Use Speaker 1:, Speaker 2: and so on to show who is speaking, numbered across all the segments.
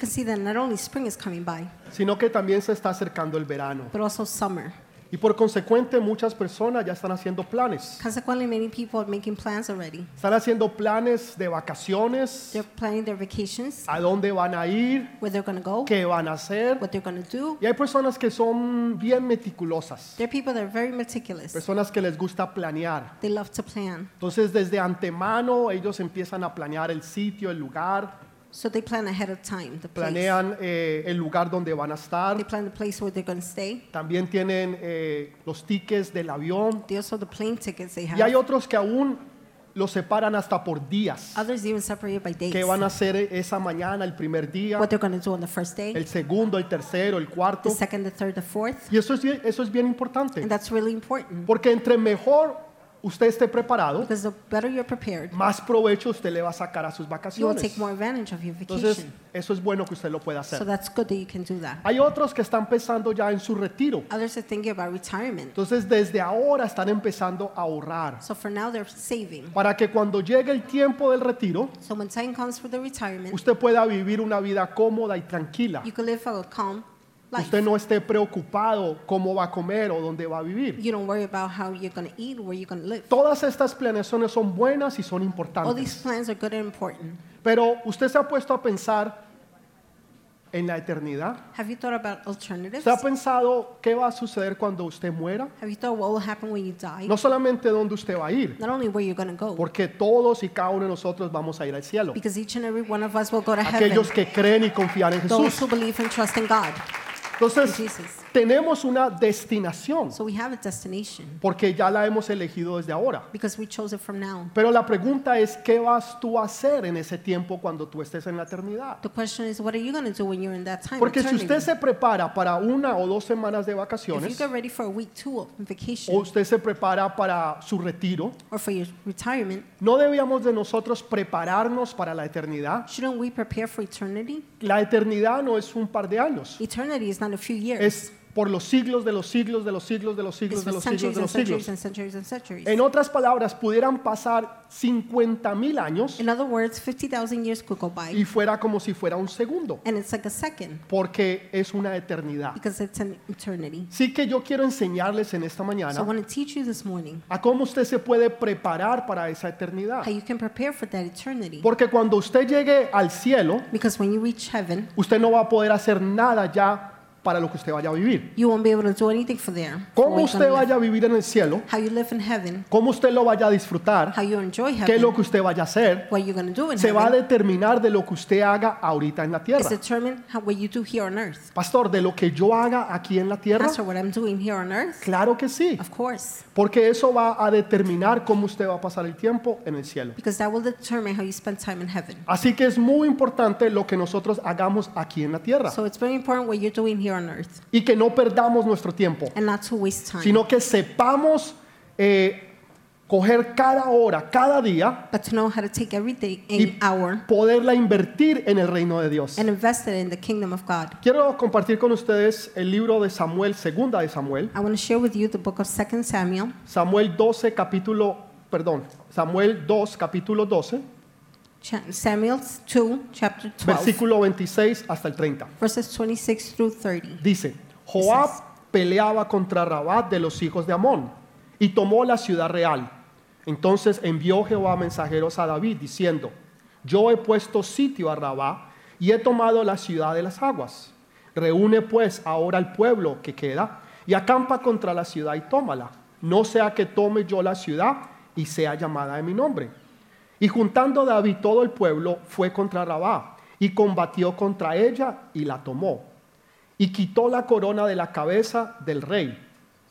Speaker 1: can see that not only spring is coming by,
Speaker 2: sino que también se está acercando el verano.
Speaker 1: but also summer.
Speaker 2: Y por consecuente muchas personas ya están haciendo planes.
Speaker 1: Consequently, many people are making plans already.
Speaker 2: Están haciendo planes de vacaciones,
Speaker 1: They're planning their vacations,
Speaker 2: a dónde van a ir,
Speaker 1: where they're going to go,
Speaker 2: qué van a hacer.
Speaker 1: what they're going to do.
Speaker 2: Y hay personas que son bien meticulosas,
Speaker 1: They're people that are very meticulous.
Speaker 2: personas que les gusta planear.
Speaker 1: They love to plan.
Speaker 2: Entonces desde antemano ellos empiezan a planear el sitio, el lugar,
Speaker 1: So they plan ahead of time, the place.
Speaker 2: planean eh, el lugar donde van a
Speaker 1: They
Speaker 2: estar.
Speaker 1: plan the place where they're going to stay.
Speaker 2: También tienen eh, los tickets del avión.
Speaker 1: They also the plane tickets they
Speaker 2: Y hay
Speaker 1: have.
Speaker 2: otros que aún los separan hasta por días.
Speaker 1: Others even separated by dates.
Speaker 2: ¿Qué van a hacer esa mañana, el primer día,
Speaker 1: What they're going to do on the first day,
Speaker 2: el segundo, el tercero, el
Speaker 1: the
Speaker 2: cuarto?
Speaker 1: second, the third, the fourth.
Speaker 2: Y eso es, bien- eso es bien importante.
Speaker 1: And that's really important.
Speaker 2: Porque entre mejor usted esté preparado,
Speaker 1: Because the better you're prepared,
Speaker 2: más provecho usted le va a sacar a sus
Speaker 1: you will
Speaker 2: vacaciones.
Speaker 1: take more advantage of your
Speaker 2: Entonces,
Speaker 1: vacation.
Speaker 2: eso es bueno que usted lo pueda
Speaker 1: So
Speaker 2: hacer.
Speaker 1: that's good that you can do that.
Speaker 2: Hay otros que están pensando ya en su retiro.
Speaker 1: Others are thinking about retirement.
Speaker 2: Entonces, desde ahora están empezando a ahorrar
Speaker 1: So for now, they're saving.
Speaker 2: para que cuando llegue el tiempo del retiro,
Speaker 1: So when time comes for the retirement,
Speaker 2: usted pueda vivir una vida cómoda y tranquila.
Speaker 1: you can live a calm life.
Speaker 2: Usted no esté preocupado cómo va a comer o dónde va a vivir.
Speaker 1: You don't worry about how you're going to eat, where you're going to live.
Speaker 2: Todas estas planeaciones son buenas y son
Speaker 1: All these
Speaker 2: importantes,
Speaker 1: plans are good and important.
Speaker 2: pero usted se ha puesto a pensar en la eternidad.
Speaker 1: Have you thought about alternatives?
Speaker 2: ¿Usted ha pensado qué va a suceder cuando usted muera?
Speaker 1: Have you thought what will happen when you die?
Speaker 2: No solamente dónde usted va a ir,
Speaker 1: Not only where you're going to go,
Speaker 2: porque todos y cada uno de nosotros vamos a ir al cielo.
Speaker 1: because each and every one of us will go to heaven.
Speaker 2: Aquellos que creen y confían en
Speaker 1: Those
Speaker 2: Jesús.
Speaker 1: who believe and trust in God.
Speaker 2: Entonces,
Speaker 1: Jesus.
Speaker 2: tenemos una destinación,
Speaker 1: So we have a destination
Speaker 2: porque ya la hemos elegido desde ahora.
Speaker 1: because we chose it from now.
Speaker 2: Pero la pregunta es, ¿qué vas tú a hacer en ese tiempo cuando tú estés en la eternidad?
Speaker 1: The question is, what are you going to do when you're in that time?
Speaker 2: Porque si
Speaker 1: eternity?
Speaker 2: usted se prepara para una o dos semanas de
Speaker 1: if you
Speaker 2: vacaciones,
Speaker 1: get ready for a week, two of
Speaker 2: o
Speaker 1: vacation,
Speaker 2: usted se prepara para su retiro,
Speaker 1: or for your retirement,
Speaker 2: ¿no debíamos de nosotros prepararnos para la eternidad?
Speaker 1: shouldn't we prepare for eternity?
Speaker 2: La eternidad no es un par de años,
Speaker 1: Eternity is not a few years.
Speaker 2: es por los siglos de los siglos de los siglos de los siglos
Speaker 1: it's
Speaker 2: de
Speaker 1: for
Speaker 2: los siglos
Speaker 1: centuries
Speaker 2: de
Speaker 1: and
Speaker 2: los
Speaker 1: centuries
Speaker 2: siglos.
Speaker 1: and centuries and centuries.
Speaker 2: En otras palabras, pudieran pasar 50 mil años
Speaker 1: In other words, 50,000 years could go by,
Speaker 2: y fuera como si fuera un segundo,
Speaker 1: and it's like a second
Speaker 2: porque es una eternidad.
Speaker 1: because it's an eternity.
Speaker 2: Sí que yo quiero enseñarles en esta
Speaker 1: So I
Speaker 2: mañana
Speaker 1: want to teach you this morning
Speaker 2: a cómo usted se puede preparar para esa eternidad.
Speaker 1: how you can prepare for that eternity.
Speaker 2: Porque cuando usted llegue al cielo,
Speaker 1: Because when you reach heaven,
Speaker 2: usted no va a poder hacer nada ya para lo que usted vaya a vivir.
Speaker 1: you won't be able to do anything for there. for
Speaker 2: Cómo
Speaker 1: what you're
Speaker 2: usted
Speaker 1: gonna live.
Speaker 2: vaya a vivir en el cielo,
Speaker 1: How you live in heaven,
Speaker 2: cómo usted lo vaya a disfrutar,
Speaker 1: how you enjoy
Speaker 2: qué es
Speaker 1: heaven,
Speaker 2: lo que usted vaya a hacer,
Speaker 1: what you're going to do in
Speaker 2: se va a
Speaker 1: heaven,
Speaker 2: determinar de lo que usted haga ahorita en la
Speaker 1: is
Speaker 2: tierra.
Speaker 1: determined how what you do here on earth.
Speaker 2: Pastor, de lo que yo haga aquí en la tierra,
Speaker 1: Pastor, what I'm doing here on earth,
Speaker 2: claro que sí,
Speaker 1: of course,
Speaker 2: porque eso va a determinar cómo usted va a pasar el tiempo en el cielo.
Speaker 1: because that will determine how you spend time in heaven.
Speaker 2: Así que es muy importante lo que nosotros hagamos aquí en la tierra
Speaker 1: So it's very important what you're doing here on earth,
Speaker 2: y que no perdamos nuestro tiempo.
Speaker 1: and not to waste time,
Speaker 2: sino que sepamos eh, coger cada hora, cada día
Speaker 1: but to know how to take every day
Speaker 2: y
Speaker 1: and hour
Speaker 2: poderla invertir en el reino de Dios.
Speaker 1: and invest it in the kingdom of God.
Speaker 2: Quiero compartir con ustedes el libro de Samuel, segunda de Samuel,
Speaker 1: I want to share with you the book of 2 Samuel,
Speaker 2: Samuel 12 capítulo, perdón, Samuel 2 capítulo 12,
Speaker 1: cha- Samuel 2, chapter 12.
Speaker 2: versículo 26 hasta el 30.
Speaker 1: verses 26 through 30.
Speaker 2: Dice, Joab peleaba contra Rabat de los hijos de Amón y tomó la ciudad real. Entonces envió Jehová mensajeros a David diciendo, yo he puesto sitio a Rabá y he tomado la ciudad de las aguas. Reúne pues ahora al pueblo que queda y acampa contra la ciudad y tómala. No sea que tome yo la ciudad y sea llamada de mi nombre. Y juntando David todo el pueblo, fue contra Rabá y combatió contra ella y la tomó. Y quitó la corona de la cabeza del rey,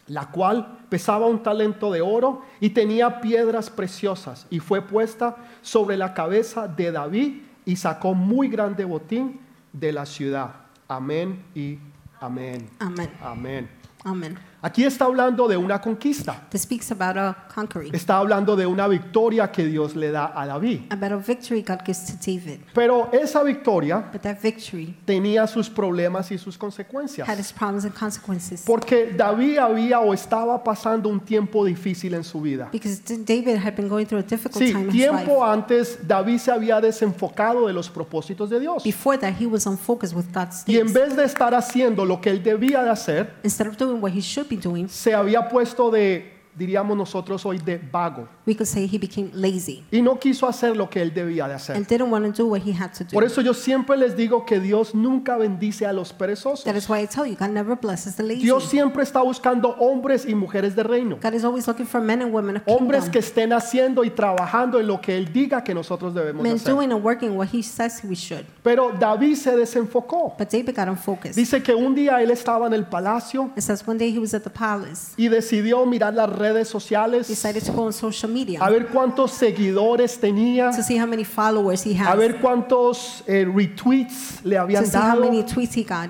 Speaker 2: la cual pesaba un talento de oro y tenía piedras preciosas, y fue puesta sobre la cabeza de David y sacó muy grande botín de la ciudad. Amén y amén.
Speaker 1: Amen.
Speaker 2: Amén.
Speaker 1: Amen.
Speaker 2: Aquí está hablando de una conquista.
Speaker 1: This speaks about a conquering,
Speaker 2: Está hablando de una victoria que Dios le da a David.
Speaker 1: about a victory God gives to David.
Speaker 2: Pero esa victoria
Speaker 1: But that victory
Speaker 2: tenía sus problemas y sus consecuencias.
Speaker 1: had its problems and consequences
Speaker 2: Porque David había o estaba pasando un tiempo difícil en su vida.
Speaker 1: because D- David had been going through a difficult
Speaker 2: Sí,
Speaker 1: time in his
Speaker 2: tiempo
Speaker 1: life.
Speaker 2: antes David se había desenfocado de los propósitos de Dios.
Speaker 1: Before that, he was unfocused with God's
Speaker 2: Y en
Speaker 1: things.
Speaker 2: vez de estar haciendo lo que él debía de hacer,
Speaker 1: Instead of doing what he should be doing,
Speaker 2: se había puesto de, diríamos nosotros hoy, de vago.
Speaker 1: we could say he became lazy
Speaker 2: Y no quiso hacer lo que él debía de hacer.
Speaker 1: and didn't want to do what he had to do.
Speaker 2: Por eso yo siempre les digo que Dios nunca bendice a los
Speaker 1: That is
Speaker 2: perezosos.
Speaker 1: why I tell you, God never blesses the lazy.
Speaker 2: Dios siempre está buscando hombres y mujeres de reino.
Speaker 1: God is always looking for men and women of
Speaker 2: Hombres
Speaker 1: kingdom.
Speaker 2: que estén haciendo y trabajando en lo que Él diga que nosotros debemos
Speaker 1: men
Speaker 2: hacer.
Speaker 1: doing and working what he says we should.
Speaker 2: Pero David se desenfocó.
Speaker 1: But David got unfocused.
Speaker 2: Dice que un día él estaba en el palacio
Speaker 1: It says one day he was at the palace.
Speaker 2: y decidió mirar las redes sociales,
Speaker 1: Decided to go on social media
Speaker 2: a ver cuántos seguidores tenía,
Speaker 1: to see how many followers he
Speaker 2: a
Speaker 1: has,
Speaker 2: ver cuántos eh, retweets le
Speaker 1: to
Speaker 2: habían
Speaker 1: see how
Speaker 2: dado
Speaker 1: many tweets he got,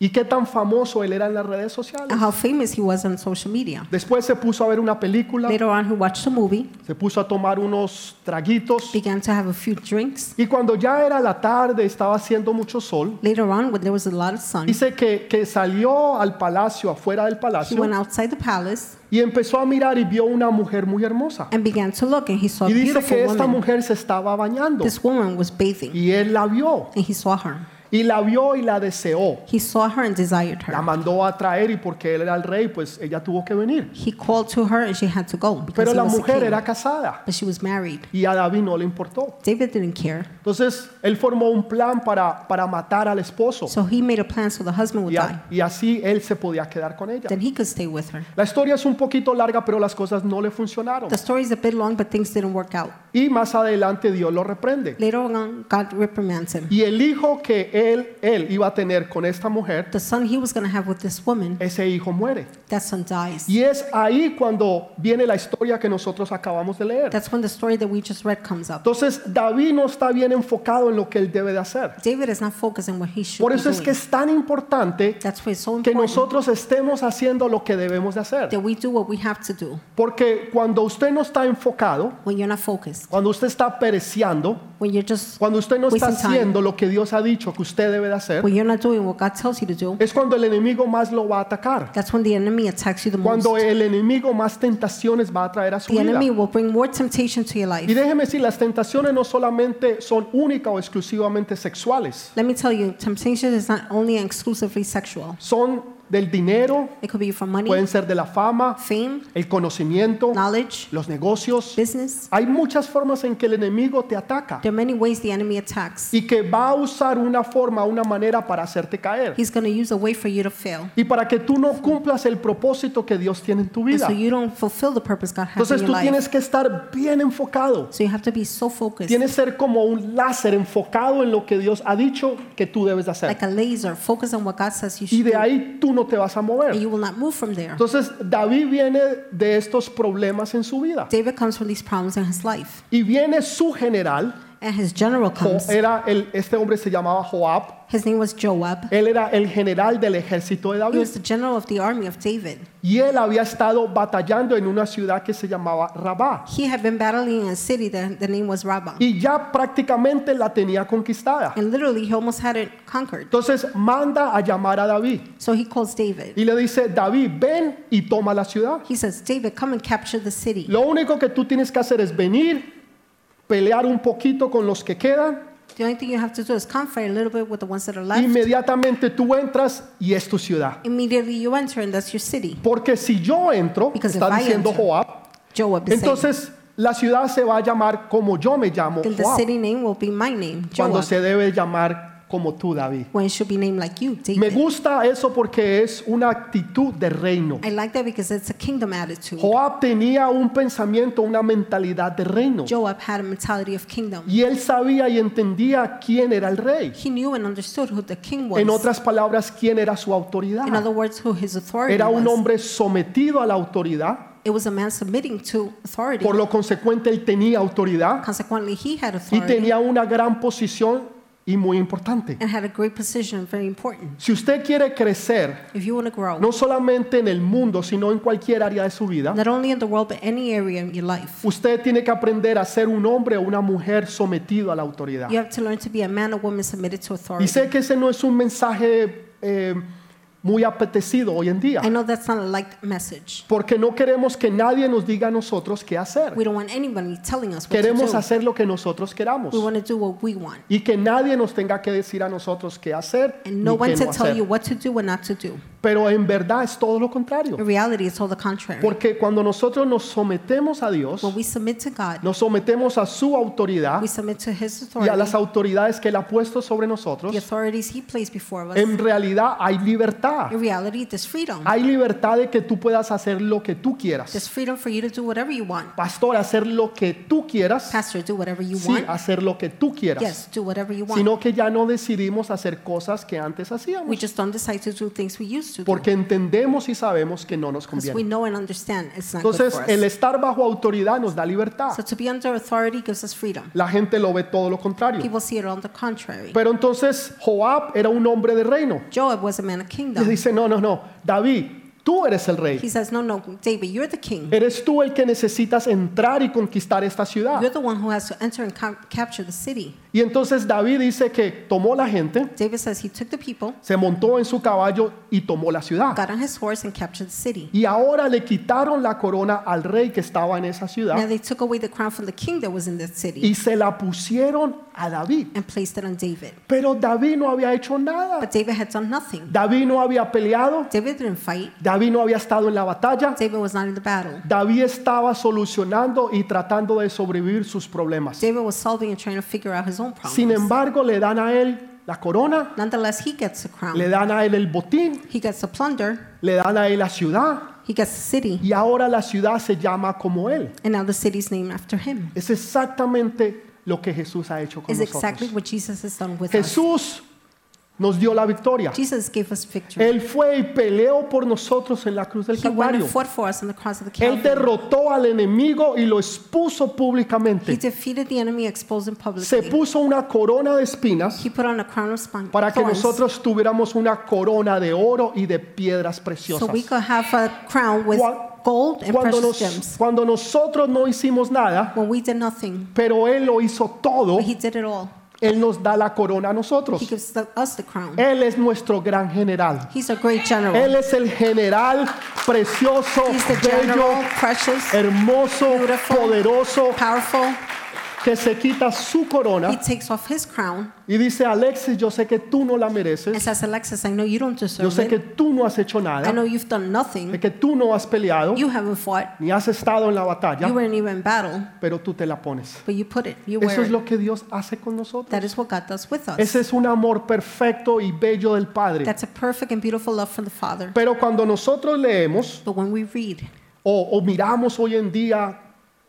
Speaker 2: y qué tan famoso él era en las redes sociales.
Speaker 1: and how famous he was on social media.
Speaker 2: Después se puso a ver una película,
Speaker 1: Later on, he watched a movie,
Speaker 2: se puso a tomar unos traguitos
Speaker 1: began to have a few drinks.
Speaker 2: y cuando ya era la tarde, estaba haciendo mucho sol,
Speaker 1: Later on, when there was a lot of sun,
Speaker 2: dice que, que salió al palacio, afuera del
Speaker 1: he
Speaker 2: palacio
Speaker 1: went outside the palace
Speaker 2: y empezó a mirar y vio una mujer muy hermosa.
Speaker 1: and began to look, and he saw a
Speaker 2: Y dice
Speaker 1: beautiful
Speaker 2: que esta
Speaker 1: woman.
Speaker 2: mujer se estaba bañando
Speaker 1: This woman was bathing,
Speaker 2: y él la vio
Speaker 1: and he saw her.
Speaker 2: y la vio y la deseó.
Speaker 1: He saw her and desired
Speaker 2: La
Speaker 1: her.
Speaker 2: mandó a traer y porque él era el rey, pues ella tuvo que venir.
Speaker 1: He called to her, and she had to go because
Speaker 2: Pero
Speaker 1: he
Speaker 2: la
Speaker 1: was a
Speaker 2: mujer
Speaker 1: king.
Speaker 2: era casada
Speaker 1: But she was married.
Speaker 2: y a David no le importó.
Speaker 1: David didn't care.
Speaker 2: Entonces él formó un plan para, para matar al esposo
Speaker 1: So he made a plan so the husband would
Speaker 2: y,
Speaker 1: die.
Speaker 2: a- y así él se podía quedar con ella.
Speaker 1: Then he could stay with her.
Speaker 2: La historia es un poquito larga, pero las cosas no le funcionaron.
Speaker 1: The story is a bit long, but things didn't work out.
Speaker 2: Y más adelante Dios lo reprende.
Speaker 1: Later on, God reprimands him.
Speaker 2: Y el hijo que él, él iba a tener con esta mujer,
Speaker 1: The son he was going to have with this woman,
Speaker 2: ese hijo muere.
Speaker 1: that son dies.
Speaker 2: Y es ahí cuando viene la historia que nosotros acabamos de leer.
Speaker 1: That's when the story that we just read comes up.
Speaker 2: Entonces David no está bien enfocado en lo que él debe de hacer.
Speaker 1: David is not focused on what he should
Speaker 2: Por
Speaker 1: be
Speaker 2: eso es que
Speaker 1: doing.
Speaker 2: es tan importante
Speaker 1: That's why it's so
Speaker 2: que
Speaker 1: important
Speaker 2: nosotros estemos haciendo lo que debemos de hacer.
Speaker 1: that we do what we have to do.
Speaker 2: Porque cuando usted no está enfocado,
Speaker 1: When you're not focused,
Speaker 2: cuando usted está pereciando,
Speaker 1: when you're just,
Speaker 2: cuando usted no está
Speaker 1: Wasting time.
Speaker 2: haciendo lo que Dios ha dicho que usted debe de hacer,
Speaker 1: when you're not doing what God tells you to do,
Speaker 2: es cuando el enemigo más lo va a atacar.
Speaker 1: that's when the enemy attacks you the most.
Speaker 2: Cuando el enemigo más tentaciones va a traer a su
Speaker 1: The
Speaker 2: vida.
Speaker 1: enemy will bring more temptation to your
Speaker 2: Y
Speaker 1: life.
Speaker 2: déjeme decir, las tentaciones no solamente son únicas o exclusivamente sexuales,
Speaker 1: Let me tell you, temptation is not only and exclusively sexual.
Speaker 2: son del dinero,
Speaker 1: It could be for money,
Speaker 2: pueden ser de la fama,
Speaker 1: fame,
Speaker 2: el conocimiento,
Speaker 1: knowledge,
Speaker 2: los negocios.
Speaker 1: business.
Speaker 2: Hay muchas formas en que el enemigo te ataca
Speaker 1: There are many ways the enemy attacks.
Speaker 2: y que va a usar una forma, una manera para hacerte caer
Speaker 1: He's going to use a way for you to fail.
Speaker 2: y para que tú no cumplas el propósito que Dios tiene en tu
Speaker 1: And
Speaker 2: vida.
Speaker 1: so you don't fulfill the purpose God has in
Speaker 2: Entonces
Speaker 1: your
Speaker 2: tú
Speaker 1: life.
Speaker 2: tienes que estar bien enfocado.
Speaker 1: so you have to be so focused,
Speaker 2: Tienes que ser como un láser enfocado en lo que Dios ha dicho que tú debes de hacer.
Speaker 1: like a laser, focus on what God says you
Speaker 2: Y
Speaker 1: should
Speaker 2: de
Speaker 1: do,
Speaker 2: ahí tú no te vas a
Speaker 1: and
Speaker 2: mover.
Speaker 1: you will not move from there.
Speaker 2: Entonces David viene de estos problemas en su vida.
Speaker 1: David comes from these problems in his life,
Speaker 2: Y viene su general,
Speaker 1: and his general
Speaker 2: Jo-
Speaker 1: comes.
Speaker 2: era el, este hombre se llamaba Joab,
Speaker 1: His name was Joab.
Speaker 2: él era el general del ejército de
Speaker 1: He
Speaker 2: David.
Speaker 1: was the general of the army of David.
Speaker 2: Y él había estado batallando en una ciudad que se llamaba Rabá.
Speaker 1: He had been battling in a city that the name was Rabbah,
Speaker 2: Y ya prácticamente la tenía conquistada.
Speaker 1: and literally he almost had it conquered.
Speaker 2: Entonces manda a llamar a David
Speaker 1: So he calls David.
Speaker 2: y le dice, David, ven y toma la ciudad.
Speaker 1: He says, "David, come and capture the city."
Speaker 2: Lo único que tú tienes que hacer es venir, pelear un poquito con los que quedan.
Speaker 1: The only thing you have to do is confide a little bit with the ones that are left.
Speaker 2: Inmediatamente tú entras y es tu ciudad.
Speaker 1: Immediately you enter, and that's your city.
Speaker 2: Porque si yo entro,
Speaker 1: Because
Speaker 2: está
Speaker 1: if I
Speaker 2: diciendo
Speaker 1: enter,
Speaker 2: Joab,
Speaker 1: Joab is saying.
Speaker 2: entonces la ciudad se va a llamar como yo me llamo
Speaker 1: Then the
Speaker 2: Joab,
Speaker 1: city name will be my name,
Speaker 2: cuando
Speaker 1: Joab,
Speaker 2: se debe llamar como tú, David.
Speaker 1: when it should be named like you,
Speaker 2: Me
Speaker 1: David.
Speaker 2: gusta eso porque es una actitud de reino.
Speaker 1: I like that because it's a kingdom attitude.
Speaker 2: Joab tenía un pensamiento, una mentalidad de reino.
Speaker 1: Joab had a mentality of kingdom.
Speaker 2: Y él sabía y entendía quién era el rey.
Speaker 1: He knew and understood who the king
Speaker 2: En
Speaker 1: was.
Speaker 2: otras palabras, quién era su
Speaker 1: In other
Speaker 2: autoridad.
Speaker 1: words, who his authority
Speaker 2: Era un
Speaker 1: was.
Speaker 2: hombre sometido a la autoridad.
Speaker 1: It was a man submitting to authority.
Speaker 2: Por lo consecuente, él tenía autoridad
Speaker 1: Consequently, he had
Speaker 2: y
Speaker 1: authority
Speaker 2: tenía una gran posición y muy importante.
Speaker 1: and had a great position, very important.
Speaker 2: Si usted quiere crecer,
Speaker 1: If you want to grow,
Speaker 2: no solamente en el mundo, sino en cualquier área de su vida,
Speaker 1: not only in the world, but any area in your life,
Speaker 2: usted tiene que aprender a ser un hombre o una mujer sometido a la autoridad.
Speaker 1: you have to learn to be a man or woman submitted to
Speaker 2: Y
Speaker 1: authority.
Speaker 2: sé que ese no es un mensaje eh, muy apetecido hoy en día,
Speaker 1: I know that's not a liked message.
Speaker 2: porque no queremos que nadie nos diga a nosotros qué hacer.
Speaker 1: We don't want anybody telling us what to
Speaker 2: Queremos
Speaker 1: do.
Speaker 2: hacer lo que nosotros queramos
Speaker 1: We want to do what we want.
Speaker 2: y que nadie nos tenga que decir a nosotros qué hacer
Speaker 1: And no
Speaker 2: ni
Speaker 1: one
Speaker 2: qué
Speaker 1: to
Speaker 2: no
Speaker 1: tell you
Speaker 2: hacer.
Speaker 1: what to do and not to do.
Speaker 2: Pero en verdad es todo lo
Speaker 1: In
Speaker 2: contrario,
Speaker 1: reality, it's all the contrary.
Speaker 2: porque cuando nosotros nos sometemos a Dios,
Speaker 1: When we submit to God,
Speaker 2: nos sometemos a su autoridad
Speaker 1: we submit to His
Speaker 2: y a
Speaker 1: authority,
Speaker 2: las autoridades que él ha puesto sobre nosotros,
Speaker 1: the authorities He placed before us.
Speaker 2: en realidad hay libertad.
Speaker 1: In reality, there's freedom.
Speaker 2: Hay libertad de que tú puedas hacer lo que tú quieras.
Speaker 1: There's freedom for you to do whatever you want.
Speaker 2: Pastor, hacer lo que tú quieras,
Speaker 1: Pastor, do whatever you
Speaker 2: sí,
Speaker 1: want.
Speaker 2: hacer lo que tú
Speaker 1: Yes,
Speaker 2: quieras,
Speaker 1: do whatever you want.
Speaker 2: sino que ya no decidimos hacer cosas que antes
Speaker 1: We
Speaker 2: hacíamos,
Speaker 1: just don't decide to do things we used to do
Speaker 2: porque entendemos y sabemos que no nos
Speaker 1: because we
Speaker 2: conviene.
Speaker 1: know and understand it's not good
Speaker 2: Entonces,
Speaker 1: for
Speaker 2: el
Speaker 1: us.
Speaker 2: estar bajo autoridad nos da libertad.
Speaker 1: So to be under authority gives us freedom.
Speaker 2: La gente lo ve todo lo contrario.
Speaker 1: People see it on the contrary.
Speaker 2: Pero entonces Joab era un hombre de reino.
Speaker 1: Joab was a man of
Speaker 2: Y
Speaker 1: kingdom.
Speaker 2: dice, no, no, no, David, tú eres el rey.
Speaker 1: He says, no, no, David, you're the king.
Speaker 2: Eres tú el que necesitas entrar y conquistar esta
Speaker 1: You're
Speaker 2: ciudad.
Speaker 1: the one who has to enter and ca- capture the city.
Speaker 2: Y entonces David dice que tomó la gente,
Speaker 1: David says he took the people,
Speaker 2: se montó en su caballo y tomó la ciudad.
Speaker 1: got on his horse, and captured the city.
Speaker 2: Y ahora le quitaron la corona al rey que estaba en esa
Speaker 1: Now
Speaker 2: ciudad
Speaker 1: they took away the crown from the king that was in that city
Speaker 2: y se la pusieron a David.
Speaker 1: and placed it on David.
Speaker 2: Pero David no había hecho nada.
Speaker 1: But David had done nothing.
Speaker 2: David no había peleado.
Speaker 1: David didn't fight.
Speaker 2: David no había estado en la batalla.
Speaker 1: David was not in the battle.
Speaker 2: David estaba solucionando y tratando de sobrevivir sus problemas.
Speaker 1: David was solving and trying to figure out his own
Speaker 2: Sin
Speaker 1: problems.
Speaker 2: embargo, le dan a él la corona,
Speaker 1: Nonetheless, he gets the
Speaker 2: le
Speaker 1: crown.
Speaker 2: dan a él el botín,
Speaker 1: He gets the plunder.
Speaker 2: le dan a él la ciudad
Speaker 1: He gets the city.
Speaker 2: y ahora la ciudad se llama como él.
Speaker 1: And now the city's named after him.
Speaker 2: Es exactamente lo que Jesús ha hecho con
Speaker 1: Is exactly
Speaker 2: nosotros.
Speaker 1: what Jesus has done with us.
Speaker 2: Jesús nos dio la victoria.
Speaker 1: Jesus gave us victory.
Speaker 2: Él fue y peleó por nosotros en la cruz del
Speaker 1: He went
Speaker 2: Calvario.
Speaker 1: and fought for us on the cross of the
Speaker 2: Él
Speaker 1: Calvary.
Speaker 2: derrotó al enemigo y lo expuso
Speaker 1: He
Speaker 2: públicamente.
Speaker 1: defeated the enemy, exposed him
Speaker 2: Se
Speaker 1: publicly.
Speaker 2: puso una corona de espinas
Speaker 1: He put on a crown of spon-
Speaker 2: para que
Speaker 1: thorns.
Speaker 2: nosotros tuviéramos una corona de oro y de piedras
Speaker 1: So
Speaker 2: preciosas.
Speaker 1: we could have a crown with
Speaker 2: Cuan-
Speaker 1: gold and
Speaker 2: Cuando,
Speaker 1: precious
Speaker 2: nos-
Speaker 1: gems.
Speaker 2: cuando nosotros no hicimos nada,
Speaker 1: When we did nothing,
Speaker 2: pero Él lo hizo todo,
Speaker 1: but He did it all.
Speaker 2: Él nos da la corona a nosotros.
Speaker 1: He gives the, us the crown.
Speaker 2: Él es nuestro gran general.
Speaker 1: He's a great general.
Speaker 2: Él es el general precioso,
Speaker 1: He's the
Speaker 2: bello,
Speaker 1: general, precious,
Speaker 2: hermoso,
Speaker 1: beautiful,
Speaker 2: poderoso,
Speaker 1: powerful.
Speaker 2: que se quita su
Speaker 1: He
Speaker 2: corona
Speaker 1: takes off his crown
Speaker 2: y dice, Alexis, yo sé que tú no la
Speaker 1: and
Speaker 2: mereces,
Speaker 1: says, Alexis, I know you don't
Speaker 2: yo
Speaker 1: deserve
Speaker 2: sé que
Speaker 1: it.
Speaker 2: tú no has hecho
Speaker 1: I
Speaker 2: nada,
Speaker 1: know you've done
Speaker 2: de
Speaker 1: nothing.
Speaker 2: que tú no has peleado,
Speaker 1: You haven't fought.
Speaker 2: ni has estado en la batalla,
Speaker 1: You weren't even in battle,
Speaker 2: pero tú te la pones.
Speaker 1: but you put it. You
Speaker 2: Eso
Speaker 1: wear
Speaker 2: es
Speaker 1: it.
Speaker 2: lo que Dios hace con nosotros.
Speaker 1: That is what God does with us.
Speaker 2: Ese es un amor perfecto y bello del Padre.
Speaker 1: That's a perfect and beautiful love from the Father.
Speaker 2: Pero cuando nosotros leemos
Speaker 1: But when we read
Speaker 2: o, o miramos hoy en día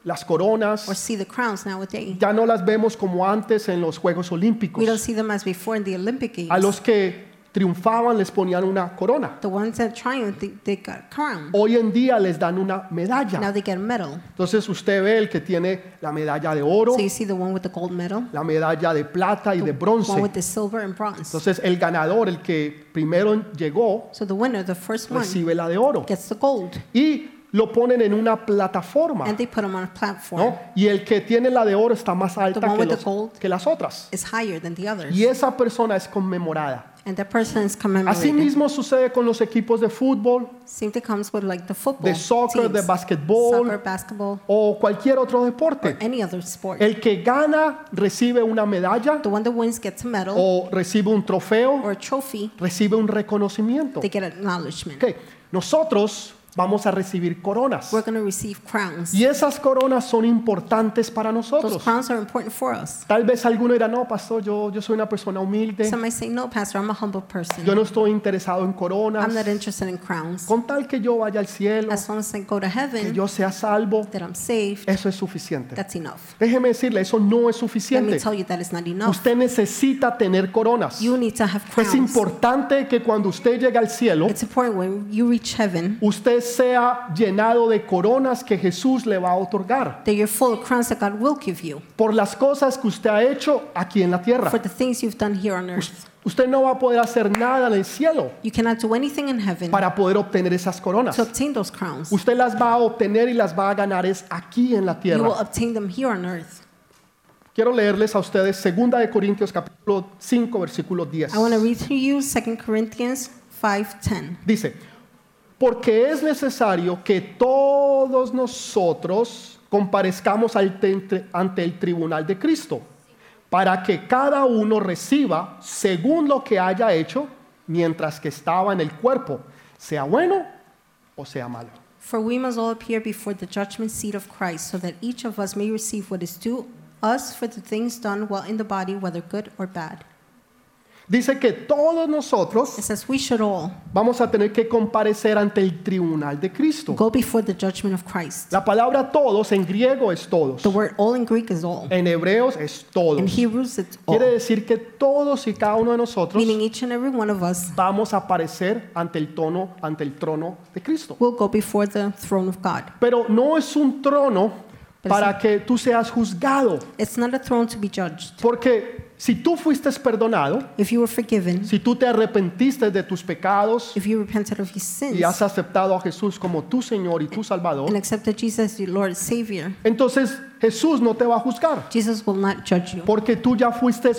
Speaker 2: las
Speaker 1: or
Speaker 2: coronas,
Speaker 1: see the crowns nowadays,
Speaker 2: ya no las vemos como antes en los Juegos
Speaker 1: we don't
Speaker 2: Olímpicos.
Speaker 1: see them as before in the Olympic Games.
Speaker 2: A los que triunfaban les ponían una corona.
Speaker 1: The ones that triumphed, they, they got a crown.
Speaker 2: Hoy en día les dan una
Speaker 1: Now
Speaker 2: medalla.
Speaker 1: they get a medal.
Speaker 2: Entonces usted ve el que tiene la medalla de oro,
Speaker 1: So you see the one with the gold medal,
Speaker 2: la medalla de plata y de
Speaker 1: one
Speaker 2: bronce.
Speaker 1: with the silver and bronze.
Speaker 2: Entonces el ganador, el que primero llegó,
Speaker 1: So the winner, the first one,
Speaker 2: recibe la de oro.
Speaker 1: gets the gold,
Speaker 2: Y lo ponen en una plataforma.
Speaker 1: and they put him on a platform.
Speaker 2: ¿no? Y el que tiene la de oro está más alta
Speaker 1: one
Speaker 2: que,
Speaker 1: with the
Speaker 2: los-
Speaker 1: gold.
Speaker 2: que las otras.
Speaker 1: It's higher than the others,
Speaker 2: Y esa persona es conmemorada.
Speaker 1: and that person is commemorated.
Speaker 2: Asimismo sucede con los equipos de fútbol
Speaker 1: Same thing comes with like the football,
Speaker 2: de soccer,
Speaker 1: teams,
Speaker 2: de basquetbol.
Speaker 1: soccer, basketball,
Speaker 2: o cualquier otro deporte.
Speaker 1: any other sport.
Speaker 2: El que gana recibe una medalla
Speaker 1: the one that wins gets a medal
Speaker 2: o recibe un trofeo,
Speaker 1: or a trophy.
Speaker 2: recibe un reconocimiento.
Speaker 1: They get acknowledgement.
Speaker 2: Ok, Nosotros vamos a recibir coronas.
Speaker 1: We're going to receive crowns.
Speaker 2: Y esas coronas son importantes para
Speaker 1: Those
Speaker 2: nosotros.
Speaker 1: crowns are important for us.
Speaker 2: Tal vez alguno dirá, no, pastor, yo, yo soy una persona humilde,
Speaker 1: Some might say, "No, pastor, I'm a humble person.
Speaker 2: yo no estoy interesado
Speaker 1: I'm
Speaker 2: en
Speaker 1: not
Speaker 2: coronas.
Speaker 1: interested in crowns."
Speaker 2: Con tal que yo vaya al cielo,
Speaker 1: As long as I go to
Speaker 2: que
Speaker 1: heaven,
Speaker 2: yo sea salvo,
Speaker 1: that I'm saved,
Speaker 2: eso es suficiente.
Speaker 1: that's enough.
Speaker 2: Déjeme decirle, eso no es
Speaker 1: Let me
Speaker 2: suficiente.
Speaker 1: tell you that it's not enough.
Speaker 2: Usted necesita tener coronas.
Speaker 1: You need to have
Speaker 2: Es
Speaker 1: crowns.
Speaker 2: importante que cuando usted llegue al cielo,
Speaker 1: It's important when you reach heaven,
Speaker 2: usted usted sea llenado de coronas que Jesús le va a otorgar
Speaker 1: that you're full of crowns that God will give you
Speaker 2: por las cosas que usted ha hecho aquí en la tierra.
Speaker 1: for the things you've done here on earth.
Speaker 2: Usted no va a poder hacer nada en el cielo
Speaker 1: You cannot do anything in heaven
Speaker 2: para poder obtener esas coronas.
Speaker 1: to obtain those crowns.
Speaker 2: Usted las va a obtener y las va a ganar es aquí en la
Speaker 1: You
Speaker 2: tierra.
Speaker 1: will obtain them here on earth.
Speaker 2: Quiero leerles a ustedes 2 de Corintios capítulo 5 versículo 10.
Speaker 1: I want to read to you 2 Corinthians 5:10.
Speaker 2: Dice, porque es necesario que todos nosotros comparezcamos al ten- ante el tribunal de Cristo, para que cada uno reciba según lo que haya hecho mientras que estaba en el cuerpo, sea bueno o sea malo.
Speaker 1: For we must all appear before the judgment seat of Christ, so that each of us may receive what is due us for the things done while in the body, whether good or bad.
Speaker 2: Dice que todos
Speaker 1: It
Speaker 2: nosotros
Speaker 1: says we should all
Speaker 2: vamos a tener que comparecer ante el tribunal de Cristo.
Speaker 1: go before the judgment of Christ.
Speaker 2: La palabra todos en griego es todos,
Speaker 1: The word all in Greek is all.
Speaker 2: en hebreos es
Speaker 1: In
Speaker 2: todos.
Speaker 1: Hebrews, it's
Speaker 2: Quiere
Speaker 1: all.
Speaker 2: decir que todos y cada uno de nosotros
Speaker 1: Meaning each and every one of us
Speaker 2: vamos a aparecer ante el tono, ante el trono de Cristo.
Speaker 1: will go before the throne of God.
Speaker 2: Pero no es un trono
Speaker 1: Pero
Speaker 2: para
Speaker 1: sí.
Speaker 2: que tú seas juzgado,
Speaker 1: It's not a throne to be judged.
Speaker 2: porque si tú fuiste perdonado,
Speaker 1: If you were forgiven,
Speaker 2: si tú te arrepentiste de tus pecados
Speaker 1: if you repented of your
Speaker 2: y has
Speaker 1: sins
Speaker 2: aceptado a Jesús como tu Señor y tu
Speaker 1: and
Speaker 2: Salvador,
Speaker 1: accepted Jesus as your Lord and Savior,
Speaker 2: entonces Jesús no te va a juzgar,
Speaker 1: Jesus will not judge you
Speaker 2: porque tú ya fuiste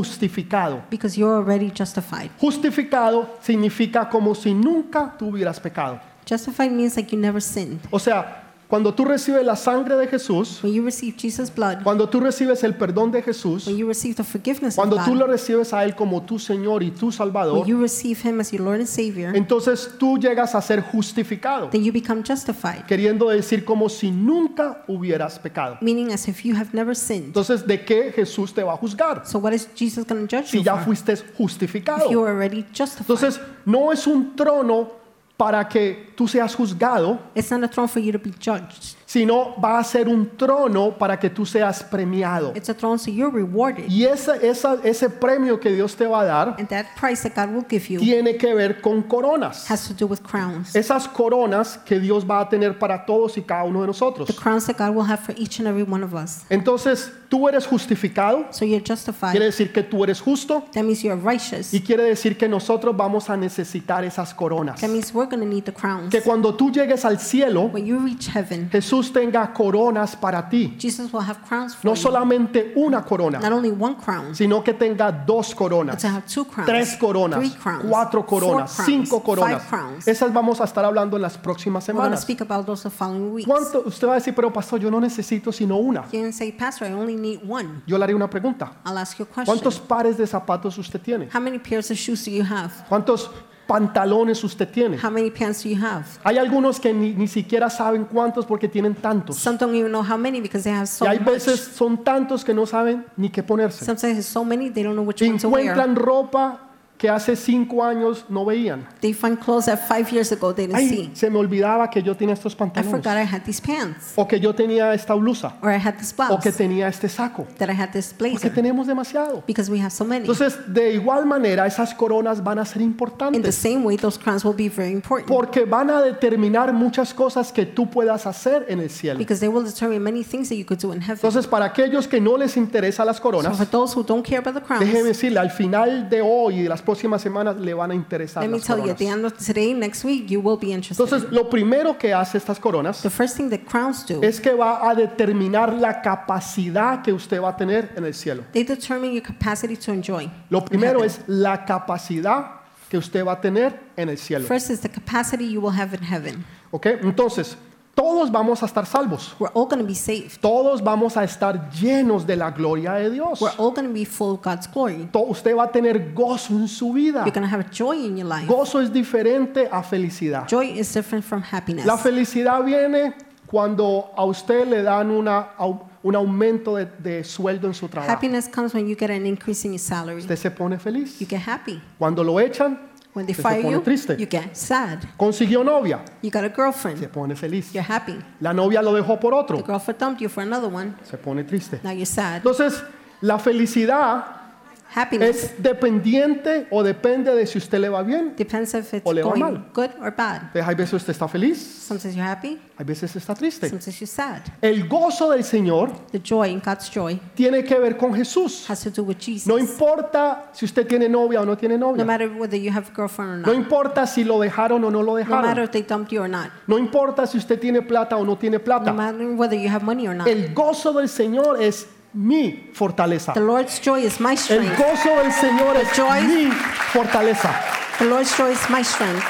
Speaker 2: justificado.
Speaker 1: because you're already justified.
Speaker 2: Justificado significa como si nunca tuvieras pecado.
Speaker 1: Justified means like you never sinned.
Speaker 2: O sea, cuando tú recibes la sangre de Jesús,
Speaker 1: When you receive Jesus' blood,
Speaker 2: Cuando tú recibes el perdón de Jesús,
Speaker 1: when you receive the forgiveness of
Speaker 2: cuando tú lo
Speaker 1: God,
Speaker 2: recibes a Él como tu Señor y tu
Speaker 1: when
Speaker 2: Salvador,
Speaker 1: you receive Him as your Lord and Savior,
Speaker 2: entonces tú llegas a ser justificado,
Speaker 1: then you become justified,
Speaker 2: queriendo decir como si nunca hubieras pecado.
Speaker 1: meaning as if you have never sinned.
Speaker 2: Entonces, ¿de qué Jesús te va a juzgar?
Speaker 1: So what is Jesus going to judge
Speaker 2: Si
Speaker 1: you
Speaker 2: ya
Speaker 1: for?
Speaker 2: fuiste
Speaker 1: If you
Speaker 2: justificado.
Speaker 1: are already justified.
Speaker 2: Entonces, no es un trono para que tú seas juzgado,
Speaker 1: It's not a throne for you to be judged.
Speaker 2: sino va a ser un trono para que tú seas premiado.
Speaker 1: It's a throne so you're rewarded.
Speaker 2: Y ese, esa- ese premio que Dios te va a dar
Speaker 1: And that price that God will give you
Speaker 2: tiene que ver con coronas.
Speaker 1: has to do with crowns.
Speaker 2: esas coronas que Dios va a tener para todos y cada uno de
Speaker 1: The
Speaker 2: nosotros.
Speaker 1: crowns that God will have for each and every one of us.
Speaker 2: Entonces, tú eres justificado,
Speaker 1: So you're
Speaker 2: quiere
Speaker 1: justified.
Speaker 2: decir que tú eres justo
Speaker 1: That means you're righteous.
Speaker 2: y quiere decir que nosotros vamos a necesitar esas coronas.
Speaker 1: That means we're going to need the crowns.
Speaker 2: Que cuando tú llegues al cielo,
Speaker 1: When you reach heaven,
Speaker 2: Jesús tenga coronas para ti.
Speaker 1: Jesus will have crowns for
Speaker 2: No
Speaker 1: you.
Speaker 2: solamente una
Speaker 1: Not
Speaker 2: corona,
Speaker 1: only one crown,
Speaker 2: sino que tenga dos
Speaker 1: but to
Speaker 2: coronas.
Speaker 1: have two crowns,
Speaker 2: Tres
Speaker 1: three
Speaker 2: coronas,
Speaker 1: crowns,
Speaker 2: cuatro coronas,
Speaker 1: four crowns,
Speaker 2: cinco coronas.
Speaker 1: Five crowns.
Speaker 2: Esas vamos a estar hablando en las próximas
Speaker 1: We're going to
Speaker 2: semanas.
Speaker 1: speak about those the following weeks.
Speaker 2: ¿Cuánto? Usted va a decir, pero pastor, yo no necesito sino una.
Speaker 1: You can say, Pastor, I only need one.
Speaker 2: Yo le haré una pregunta.
Speaker 1: I'll ask you a question.
Speaker 2: ¿Cuántos pares de zapatos usted tiene?
Speaker 1: How many pairs of shoes do you have?
Speaker 2: ¿Cuántos pantalones usted tiene?
Speaker 1: How many pants do you have?
Speaker 2: Hay algunos que ni, ni siquiera saben cuántos porque tienen tantos.
Speaker 1: Some don't even know how many because they have so
Speaker 2: Y hay
Speaker 1: much.
Speaker 2: veces son tantos que no saben ni qué ponerse.
Speaker 1: Sometimes there's so many they don't know which one to wear.
Speaker 2: Encuentran ropa que hace cinco años no veían.
Speaker 1: They find clothes that five years ago they didn't
Speaker 2: Ay,
Speaker 1: see.
Speaker 2: se me olvidaba que yo tenía estos
Speaker 1: I forgot
Speaker 2: pantalones.
Speaker 1: I had these pants,
Speaker 2: O que yo tenía esta blusa.
Speaker 1: or I had this
Speaker 2: O
Speaker 1: blouse,
Speaker 2: que tenía este saco.
Speaker 1: that I had this
Speaker 2: Porque
Speaker 1: blazer,
Speaker 2: tenemos demasiado.
Speaker 1: because we have so many.
Speaker 2: Entonces, de igual manera, esas coronas van a ser
Speaker 1: In the
Speaker 2: importantes.
Speaker 1: same way, those crowns will be very important.
Speaker 2: Porque van a determinar muchas cosas que tú puedas hacer en el cielo.
Speaker 1: because they will determine many things that you could do in heaven.
Speaker 2: Entonces, para aquellos que no les interesan las
Speaker 1: so for
Speaker 2: coronas,
Speaker 1: those who don't care about the crowns,
Speaker 2: déjeme decirle, al final de hoy y de las próximas semanas le van a interesar
Speaker 1: let me
Speaker 2: las
Speaker 1: tell you,
Speaker 2: coronas.
Speaker 1: at the end of today, next week, you will be interested.
Speaker 2: Entonces, lo primero que hace estas coronas
Speaker 1: the first thing that crowns do,
Speaker 2: es que va a determinar la capacidad que usted va a tener en el cielo.
Speaker 1: they determine your capacity to enjoy.
Speaker 2: Lo
Speaker 1: in
Speaker 2: primero
Speaker 1: heaven.
Speaker 2: es la capacidad que usted va a tener en el cielo.
Speaker 1: First is the capacity you will have in heaven.
Speaker 2: ¿Ok? Entonces, todos vamos a estar salvos.
Speaker 1: We're all going to be saved.
Speaker 2: Todos vamos a estar llenos de la gloria de Dios.
Speaker 1: We're all going to be full of God's glory.
Speaker 2: To- Usted va a tener gozo en su vida.
Speaker 1: You're going to have joy in your life.
Speaker 2: Gozo es diferente a felicidad.
Speaker 1: Joy is different from happiness.
Speaker 2: La felicidad viene cuando a usted le dan una, au- un aumento de, de sueldo en su trabajo.
Speaker 1: happiness comes when you get an increase in your salary.
Speaker 2: Usted se pone feliz.
Speaker 1: You get happy.
Speaker 2: Cuando lo echan,
Speaker 1: When they
Speaker 2: Usted se
Speaker 1: fire
Speaker 2: pone
Speaker 1: you,
Speaker 2: triste.
Speaker 1: you get sad.
Speaker 2: consiguió novia,
Speaker 1: You got a
Speaker 2: se
Speaker 1: girlfriend.
Speaker 2: pone feliz.
Speaker 1: You're happy.
Speaker 2: La novia lo dejó por
Speaker 1: The
Speaker 2: otro,
Speaker 1: girlfriend dumped you for another one.
Speaker 2: se pone triste.
Speaker 1: Now you're sad.
Speaker 2: Entonces, la felicidad
Speaker 1: Happiness
Speaker 2: es dependiente o depende de si usted le va bien.
Speaker 1: depends if it's
Speaker 2: O le va
Speaker 1: going
Speaker 2: mal.
Speaker 1: good or bad.
Speaker 2: Entonces, hay veces usted está feliz,
Speaker 1: Sometimes you're happy,
Speaker 2: hay veces está triste.
Speaker 1: sometimes you're sad.
Speaker 2: El gozo del Señor
Speaker 1: The joy in God's joy
Speaker 2: tiene que ver con Jesús.
Speaker 1: has to do with Jesus.
Speaker 2: No importa si usted tiene novia o no tiene
Speaker 1: No
Speaker 2: novia.
Speaker 1: matter whether you have a girlfriend or
Speaker 2: No
Speaker 1: not,
Speaker 2: importa si lo dejaron o no lo
Speaker 1: no matter
Speaker 2: dejaron.
Speaker 1: if they dumped you or not,
Speaker 2: No importa si usted tiene plata o no tiene
Speaker 1: no
Speaker 2: plata.
Speaker 1: matter whether you have money or not.
Speaker 2: El gozo del Señor es mi fortaleza.
Speaker 1: The Lord's joy is my
Speaker 2: El
Speaker 1: strength.
Speaker 2: gozo del Señor es
Speaker 1: Joy.
Speaker 2: mi fortaleza.
Speaker 1: The Lord's joy is my strength,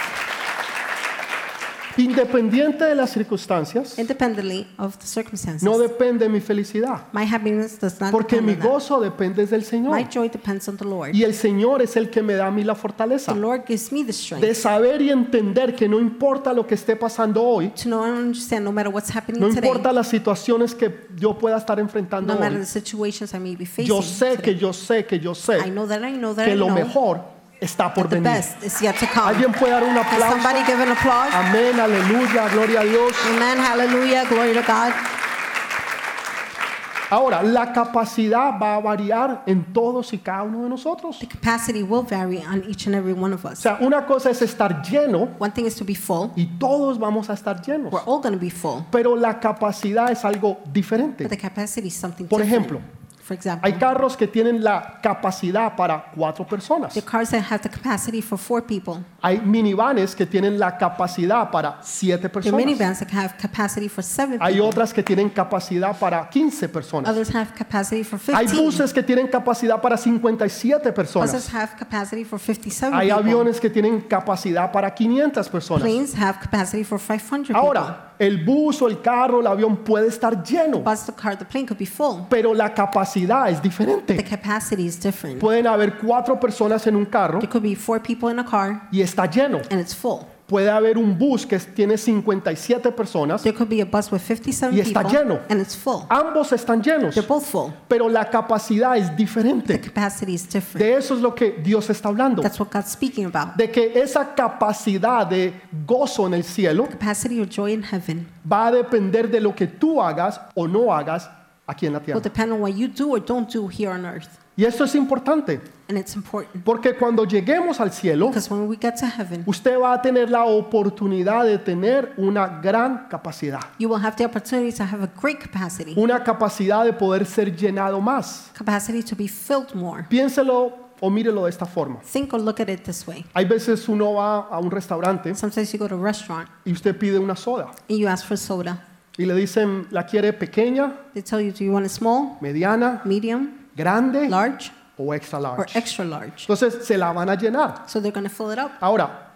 Speaker 2: Independiente de las circunstancias,
Speaker 1: independently of the circumstances.
Speaker 2: no depende mi felicidad.
Speaker 1: my happiness does not
Speaker 2: Porque mi
Speaker 1: depend on
Speaker 2: gozo depende del
Speaker 1: that.
Speaker 2: Señor.
Speaker 1: My joy depends on the Lord.
Speaker 2: Y el Señor es el que me da a mí la
Speaker 1: The
Speaker 2: fortaleza.
Speaker 1: Lord gives me the strength
Speaker 2: De saber y entender que no importa lo que esté pasando hoy,
Speaker 1: to know and understand no matter what's happening
Speaker 2: no
Speaker 1: today,
Speaker 2: importa las situaciones que yo pueda estar enfrentando
Speaker 1: no matter
Speaker 2: hoy,
Speaker 1: the situations I may be facing.
Speaker 2: yo sé
Speaker 1: today.
Speaker 2: que yo sé que yo
Speaker 1: I
Speaker 2: sé
Speaker 1: know that I know that I
Speaker 2: que lo
Speaker 1: know
Speaker 2: mejor está
Speaker 1: that
Speaker 2: por
Speaker 1: the
Speaker 2: venir.
Speaker 1: best is yet to come.
Speaker 2: Alguien puede dar un
Speaker 1: Can
Speaker 2: aplauso.
Speaker 1: somebody give an applause?
Speaker 2: Amén, aleluya, gloria a Dios.
Speaker 1: Amen. Hallelujah. Glory to God.
Speaker 2: Ahora, la capacidad va a variar en todos y cada uno de nosotros.
Speaker 1: The capacity will vary on each and every one of
Speaker 2: O
Speaker 1: us.
Speaker 2: sea, una cosa es estar lleno
Speaker 1: One thing is to be full.
Speaker 2: y todos vamos a estar llenos.
Speaker 1: We're all going to be full.
Speaker 2: Pero la capacidad es algo diferente.
Speaker 1: But the capacity is something
Speaker 2: Por
Speaker 1: different.
Speaker 2: ejemplo,
Speaker 1: For example,
Speaker 2: Hay carros que tienen la capacidad para cuatro personas.
Speaker 1: the cars that have the capacity for four people.
Speaker 2: Hay minivanes que tienen la capacidad para siete
Speaker 1: There are
Speaker 2: personas.
Speaker 1: minivans that have capacity for seven
Speaker 2: Hay
Speaker 1: people.
Speaker 2: otras que tienen capacidad para 15 personas.
Speaker 1: Others have capacity for
Speaker 2: Hay
Speaker 1: 15.
Speaker 2: buses que tienen capacidad para 57
Speaker 1: Buses
Speaker 2: personas.
Speaker 1: have capacity for 57
Speaker 2: Hay
Speaker 1: people.
Speaker 2: aviones que tienen capacidad para 500 personas.
Speaker 1: Planes have capacity for 500 people.
Speaker 2: Ahora, el bus o el carro, el avión puede estar lleno,
Speaker 1: Bus, the car, the plane could be full.
Speaker 2: pero la capacidad es
Speaker 1: The
Speaker 2: diferente.
Speaker 1: capacity is different.
Speaker 2: Pueden haber cuatro personas en un carro
Speaker 1: There could be four people in a car
Speaker 2: y está lleno.
Speaker 1: and it's full.
Speaker 2: Puede haber un bus que tiene 57 personas
Speaker 1: There could be a bus with 57
Speaker 2: Y está
Speaker 1: people
Speaker 2: lleno. Ah.
Speaker 1: and it's full.
Speaker 2: Ambos están llenos,
Speaker 1: They're both full.
Speaker 2: pero la capacidad es
Speaker 1: The
Speaker 2: diferente.
Speaker 1: capacity is different.
Speaker 2: De eso es lo que Dios está hablando.
Speaker 1: That's what God's speaking about.
Speaker 2: De que esa capacidad de gozo en el cielo
Speaker 1: capacity or joy in heaven
Speaker 2: va a depender de lo que tú hagas o no hagas aquí en la
Speaker 1: will
Speaker 2: tierra.
Speaker 1: depend on what you do or don't do here on earth.
Speaker 2: Y esto es importante,
Speaker 1: And it's important
Speaker 2: porque cuando lleguemos al cielo,
Speaker 1: because when we get to heaven,
Speaker 2: usted va a tener la oportunidad de tener una gran capacidad.
Speaker 1: you will have the opportunity to have a great capacity,
Speaker 2: Una capacidad de poder ser llenado más.
Speaker 1: capacity to be filled more.
Speaker 2: Piénselo o mírelo de esta forma.
Speaker 1: Think or look at it this way.
Speaker 2: Hay veces uno va a un restaurante
Speaker 1: Sometimes you go to a restaurant
Speaker 2: y usted pide una soda
Speaker 1: and you ask for soda.
Speaker 2: y le dicen, ¿la quiere pequeña,
Speaker 1: They tell you, do you want it small,
Speaker 2: mediana,
Speaker 1: medium,
Speaker 2: grande
Speaker 1: large,
Speaker 2: o extra
Speaker 1: or
Speaker 2: large?
Speaker 1: extra large?
Speaker 2: Entonces se la van a llenar.
Speaker 1: So they're going to fill it up.
Speaker 2: Ahora,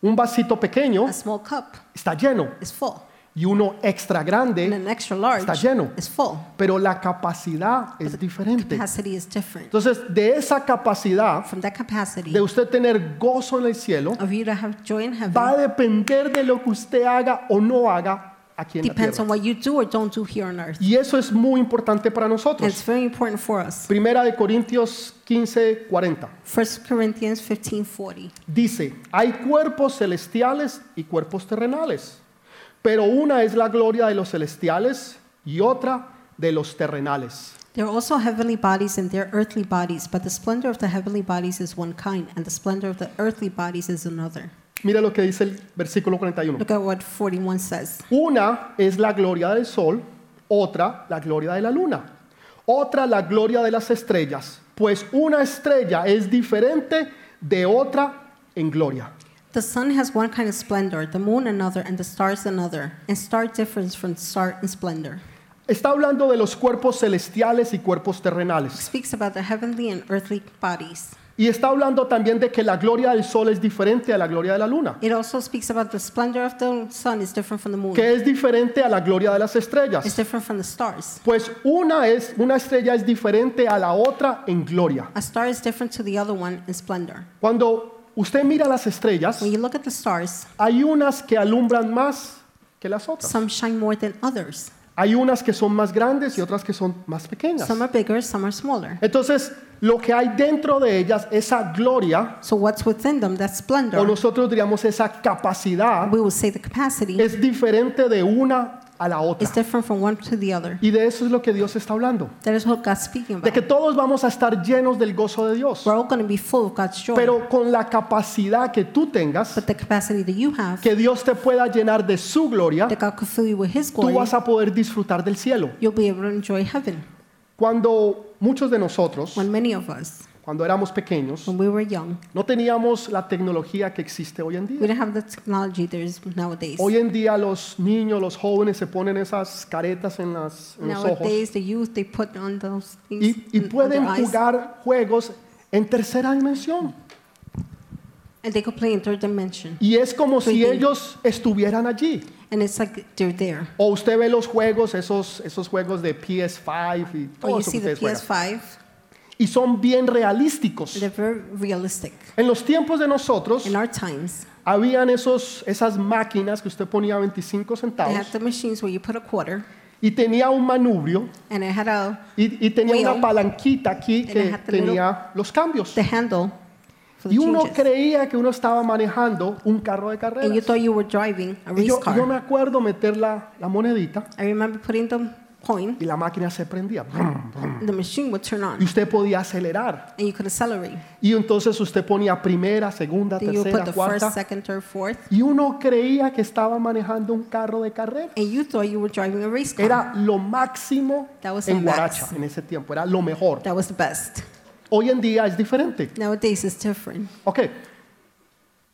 Speaker 2: un vasito pequeño
Speaker 1: A small cup
Speaker 2: está lleno
Speaker 1: is full,
Speaker 2: y uno extra
Speaker 1: and
Speaker 2: grande,
Speaker 1: an extra large
Speaker 2: Está lleno.
Speaker 1: is full.
Speaker 2: pero la capacidad es diferente.
Speaker 1: Capacity is different.
Speaker 2: Entonces, de esa capacidad
Speaker 1: From that capacity
Speaker 2: de usted tener gozo en el cielo,
Speaker 1: of you to have joy in heaven
Speaker 2: va a depender de lo que usted haga o no haga aquí en la
Speaker 1: depends on
Speaker 2: tierra.
Speaker 1: what you do or don't do here on earth.
Speaker 2: Y eso es muy importante para
Speaker 1: And it's
Speaker 2: nosotros.
Speaker 1: very important for us.
Speaker 2: Primera de Corintios 15, 40.
Speaker 1: 1 Corinthians 15:40.
Speaker 2: Dice, hay cuerpos celestiales y cuerpos terrenales, pero una es la gloria de los celestiales y otra de los terrenales.
Speaker 1: There are also heavenly bodies and there are earthly bodies, but the splendor of the heavenly bodies is one kind, and the splendor of the earthly bodies is another.
Speaker 2: Mira lo que dice el versículo 41.
Speaker 1: Look at what 41 says.
Speaker 2: Una es la gloria del sol, otra la gloria de la luna, otra la gloria de las estrellas, pues una estrella es diferente de otra en gloria.
Speaker 1: The sun has one kind of splendor, the moon another, and the stars another, and star differs from star in splendor.
Speaker 2: Está hablando de los cuerpos celestiales y cuerpos terrenales.
Speaker 1: Speaks about the heavenly and earthly bodies.
Speaker 2: Y está hablando también de que la gloria del sol es diferente a la gloria de la luna,
Speaker 1: It also speaks about the splendor of the sun is different from the moon.
Speaker 2: que es diferente a la gloria de las
Speaker 1: It's
Speaker 2: estrellas.
Speaker 1: different from the stars.
Speaker 2: Pues una es una estrella es diferente a la otra en gloria.
Speaker 1: A star is different to the other one in splendor.
Speaker 2: Cuando usted mira las estrellas,
Speaker 1: When you look at the stars,
Speaker 2: hay unas que alumbran más que las otras.
Speaker 1: some shine more than others.
Speaker 2: Hay unas que son más grandes y otras que son más pequeñas.
Speaker 1: Some are bigger, some are smaller.
Speaker 2: Entonces, lo que hay dentro de ellas, esa gloria,
Speaker 1: So what's within them, that
Speaker 2: o
Speaker 1: splendor,
Speaker 2: nosotros diríamos esa capacidad,
Speaker 1: we will say the capacity
Speaker 2: es diferente de una a la otra.
Speaker 1: It's different from one to the other.
Speaker 2: Y de eso es lo que Dios está hablando.
Speaker 1: That is what God's speaking
Speaker 2: De
Speaker 1: about.
Speaker 2: que todos vamos a estar llenos del gozo de Dios.
Speaker 1: We're all going to be full of God's joy.
Speaker 2: Pero con la capacidad que tú tengas,
Speaker 1: but the capacity that you have,
Speaker 2: que Dios te pueda llenar de su gloria,
Speaker 1: that God could fill you with His
Speaker 2: tú
Speaker 1: glory,
Speaker 2: vas a poder disfrutar del cielo.
Speaker 1: you'll be able to enjoy heaven.
Speaker 2: Cuando muchos de nosotros,
Speaker 1: When many of us,
Speaker 2: cuando éramos pequeños,
Speaker 1: when we were young,
Speaker 2: no teníamos la tecnología que existe hoy en
Speaker 1: we
Speaker 2: día.
Speaker 1: didn't have the technology there is nowadays.
Speaker 2: Hoy en día los niños, los jóvenes se ponen esas caretas en, las, en los ojos
Speaker 1: Nowadays, the youth they put on those things
Speaker 2: y, y
Speaker 1: in- on their
Speaker 2: pueden
Speaker 1: eyes,
Speaker 2: jugar juegos en tercera dimensión.
Speaker 1: and they could play in third dimension,
Speaker 2: Y es como si
Speaker 1: 3D.
Speaker 2: ellos estuvieran allí.
Speaker 1: and it's like they're there.
Speaker 2: O usted ve los juegos, esos, esos juegos de PS5 y
Speaker 1: Or
Speaker 2: todo
Speaker 1: you
Speaker 2: eso que
Speaker 1: see the
Speaker 2: ustedes
Speaker 1: PS5,
Speaker 2: juegan. Y son bien realísticos.
Speaker 1: and they're very realistic.
Speaker 2: En los tiempos de nosotros,
Speaker 1: In our times,
Speaker 2: habían esos, esas máquinas que usted ponía 25
Speaker 1: they
Speaker 2: centavos
Speaker 1: had the machines where you put a quarter,
Speaker 2: y tenía un manubrio
Speaker 1: and it had a
Speaker 2: y, y tenía una
Speaker 1: Wheel.
Speaker 2: palanquita aquí
Speaker 1: And it
Speaker 2: que
Speaker 1: had the
Speaker 2: tenía los cambios.
Speaker 1: the handle for the
Speaker 2: Y uno
Speaker 1: changes.
Speaker 2: creía que uno estaba manejando un carro de
Speaker 1: and you
Speaker 2: carreras.
Speaker 1: thought you were driving a
Speaker 2: Y
Speaker 1: race
Speaker 2: yo,
Speaker 1: car.
Speaker 2: yo me acuerdo meter la, la monedita
Speaker 1: I remember putting the coin,
Speaker 2: y la máquina se prendía. Brum, brum.
Speaker 1: the machine would turn
Speaker 2: Y
Speaker 1: on,
Speaker 2: usted podía acelerar.
Speaker 1: and you could accelerate.
Speaker 2: Y entonces usted ponía primera, segunda,
Speaker 1: Then you would put the
Speaker 2: tercera,
Speaker 1: first,
Speaker 2: cuarta.
Speaker 1: second, third, fourth,
Speaker 2: Y uno creía que estaba manejando un carro de carreras.
Speaker 1: and you thought you were driving a race car.
Speaker 2: Era lo máximo
Speaker 1: That was
Speaker 2: en
Speaker 1: the
Speaker 2: Guaracha
Speaker 1: max.
Speaker 2: en ese tiempo, era lo mejor.
Speaker 1: That was the best.
Speaker 2: Hoy en día es diferente.
Speaker 1: Nowadays, it's different.
Speaker 2: Ok.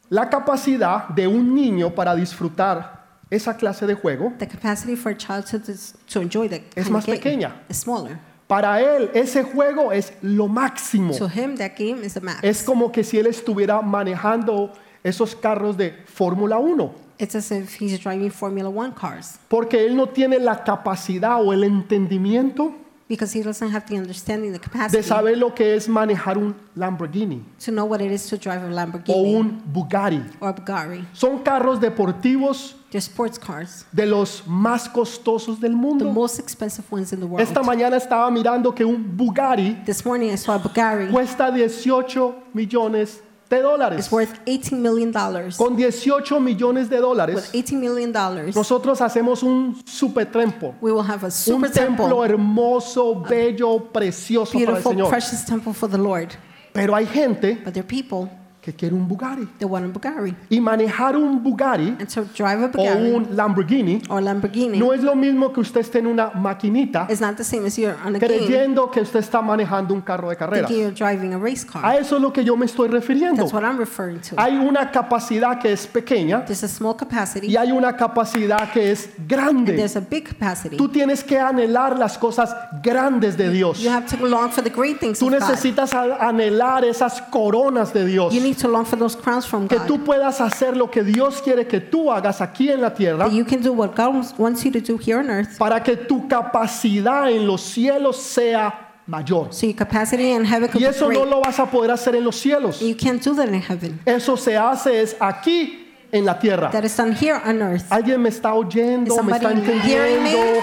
Speaker 2: La capacidad de un niño para disfrutar esa clase de juego,
Speaker 1: The capacity for a child to, dis- to enjoy that
Speaker 2: Es
Speaker 1: kind
Speaker 2: más
Speaker 1: of game
Speaker 2: pequeña.
Speaker 1: is smaller.
Speaker 2: para él ese juego es lo máximo.
Speaker 1: To him, that game is the max.
Speaker 2: Es como que si él estuviera manejando esos carros de Fórmula 1,
Speaker 1: it's as if he's driving Formula One cars
Speaker 2: porque él no tiene la capacidad o el entendimiento
Speaker 1: because he doesn't have the understanding, the capacity
Speaker 2: de saber lo que es manejar un Lamborghini
Speaker 1: to know what it is to drive a
Speaker 2: o
Speaker 1: Lamborghini
Speaker 2: un Bugatti.
Speaker 1: or a Bugatti.
Speaker 2: Son carros deportivos
Speaker 1: They're sports cars,
Speaker 2: de los más costosos del
Speaker 1: the
Speaker 2: mundo.
Speaker 1: most expensive ones in the world.
Speaker 2: Esta mañana estaba mirando que un Bugatti
Speaker 1: This morning, I saw a Bugatti.
Speaker 2: cuesta 18 millones de dólares.
Speaker 1: It's worth $18 million. With
Speaker 2: Con 18 millones de dólares,
Speaker 1: $18 million,
Speaker 2: nosotros hacemos un super trempo.
Speaker 1: we will have a
Speaker 2: Un
Speaker 1: super
Speaker 2: templo
Speaker 1: temple,
Speaker 2: hermoso, bello, precioso para el
Speaker 1: beautiful,
Speaker 2: Señor.
Speaker 1: precious temple for the Lord.
Speaker 2: Pero hay gente
Speaker 1: But there are people
Speaker 2: que quiere un Bugatti.
Speaker 1: that want a Bugatti.
Speaker 2: Y manejar un Bugatti
Speaker 1: And so drive a
Speaker 2: o
Speaker 1: Bugatti
Speaker 2: un Lamborghini
Speaker 1: or Lamborghini
Speaker 2: no es lo mismo que usted esté en una maquinita
Speaker 1: It's not the same as you're on a game
Speaker 2: creyendo que usted está manejando un carro de carreras.
Speaker 1: thinking you're driving a race car.
Speaker 2: A eso es lo que yo me estoy refiriendo.
Speaker 1: That's what I'm referring to.
Speaker 2: Hay una capacidad que es pequeña
Speaker 1: There's a small capacity
Speaker 2: y hay una capacidad que es grande.
Speaker 1: there's a big capacity.
Speaker 2: Tú tienes que anhelar las cosas grandes de Dios.
Speaker 1: You have to long for the great things
Speaker 2: Tú
Speaker 1: of God.
Speaker 2: necesitas a- anhelar esas coronas de Dios.
Speaker 1: You need to long for those crowns from
Speaker 2: Que
Speaker 1: God.
Speaker 2: tú puedas hacer lo que Dios quiere que tú hagas aquí en la tierra
Speaker 1: That you can do what God wants- wants you to do here on earth.
Speaker 2: para que tu capacidad en los cielos sea mayor.
Speaker 1: So your capacity in heaven could
Speaker 2: Y
Speaker 1: be
Speaker 2: eso no
Speaker 1: great.
Speaker 2: lo vas a poder hacer en los cielos.
Speaker 1: You can't do that in heaven.
Speaker 2: Eso se hace es aquí en la tierra.
Speaker 1: That is done here on earth.
Speaker 2: Alguien me está oyendo,
Speaker 1: Is
Speaker 2: me está
Speaker 1: somebody hearing me?
Speaker 2: entendiendo.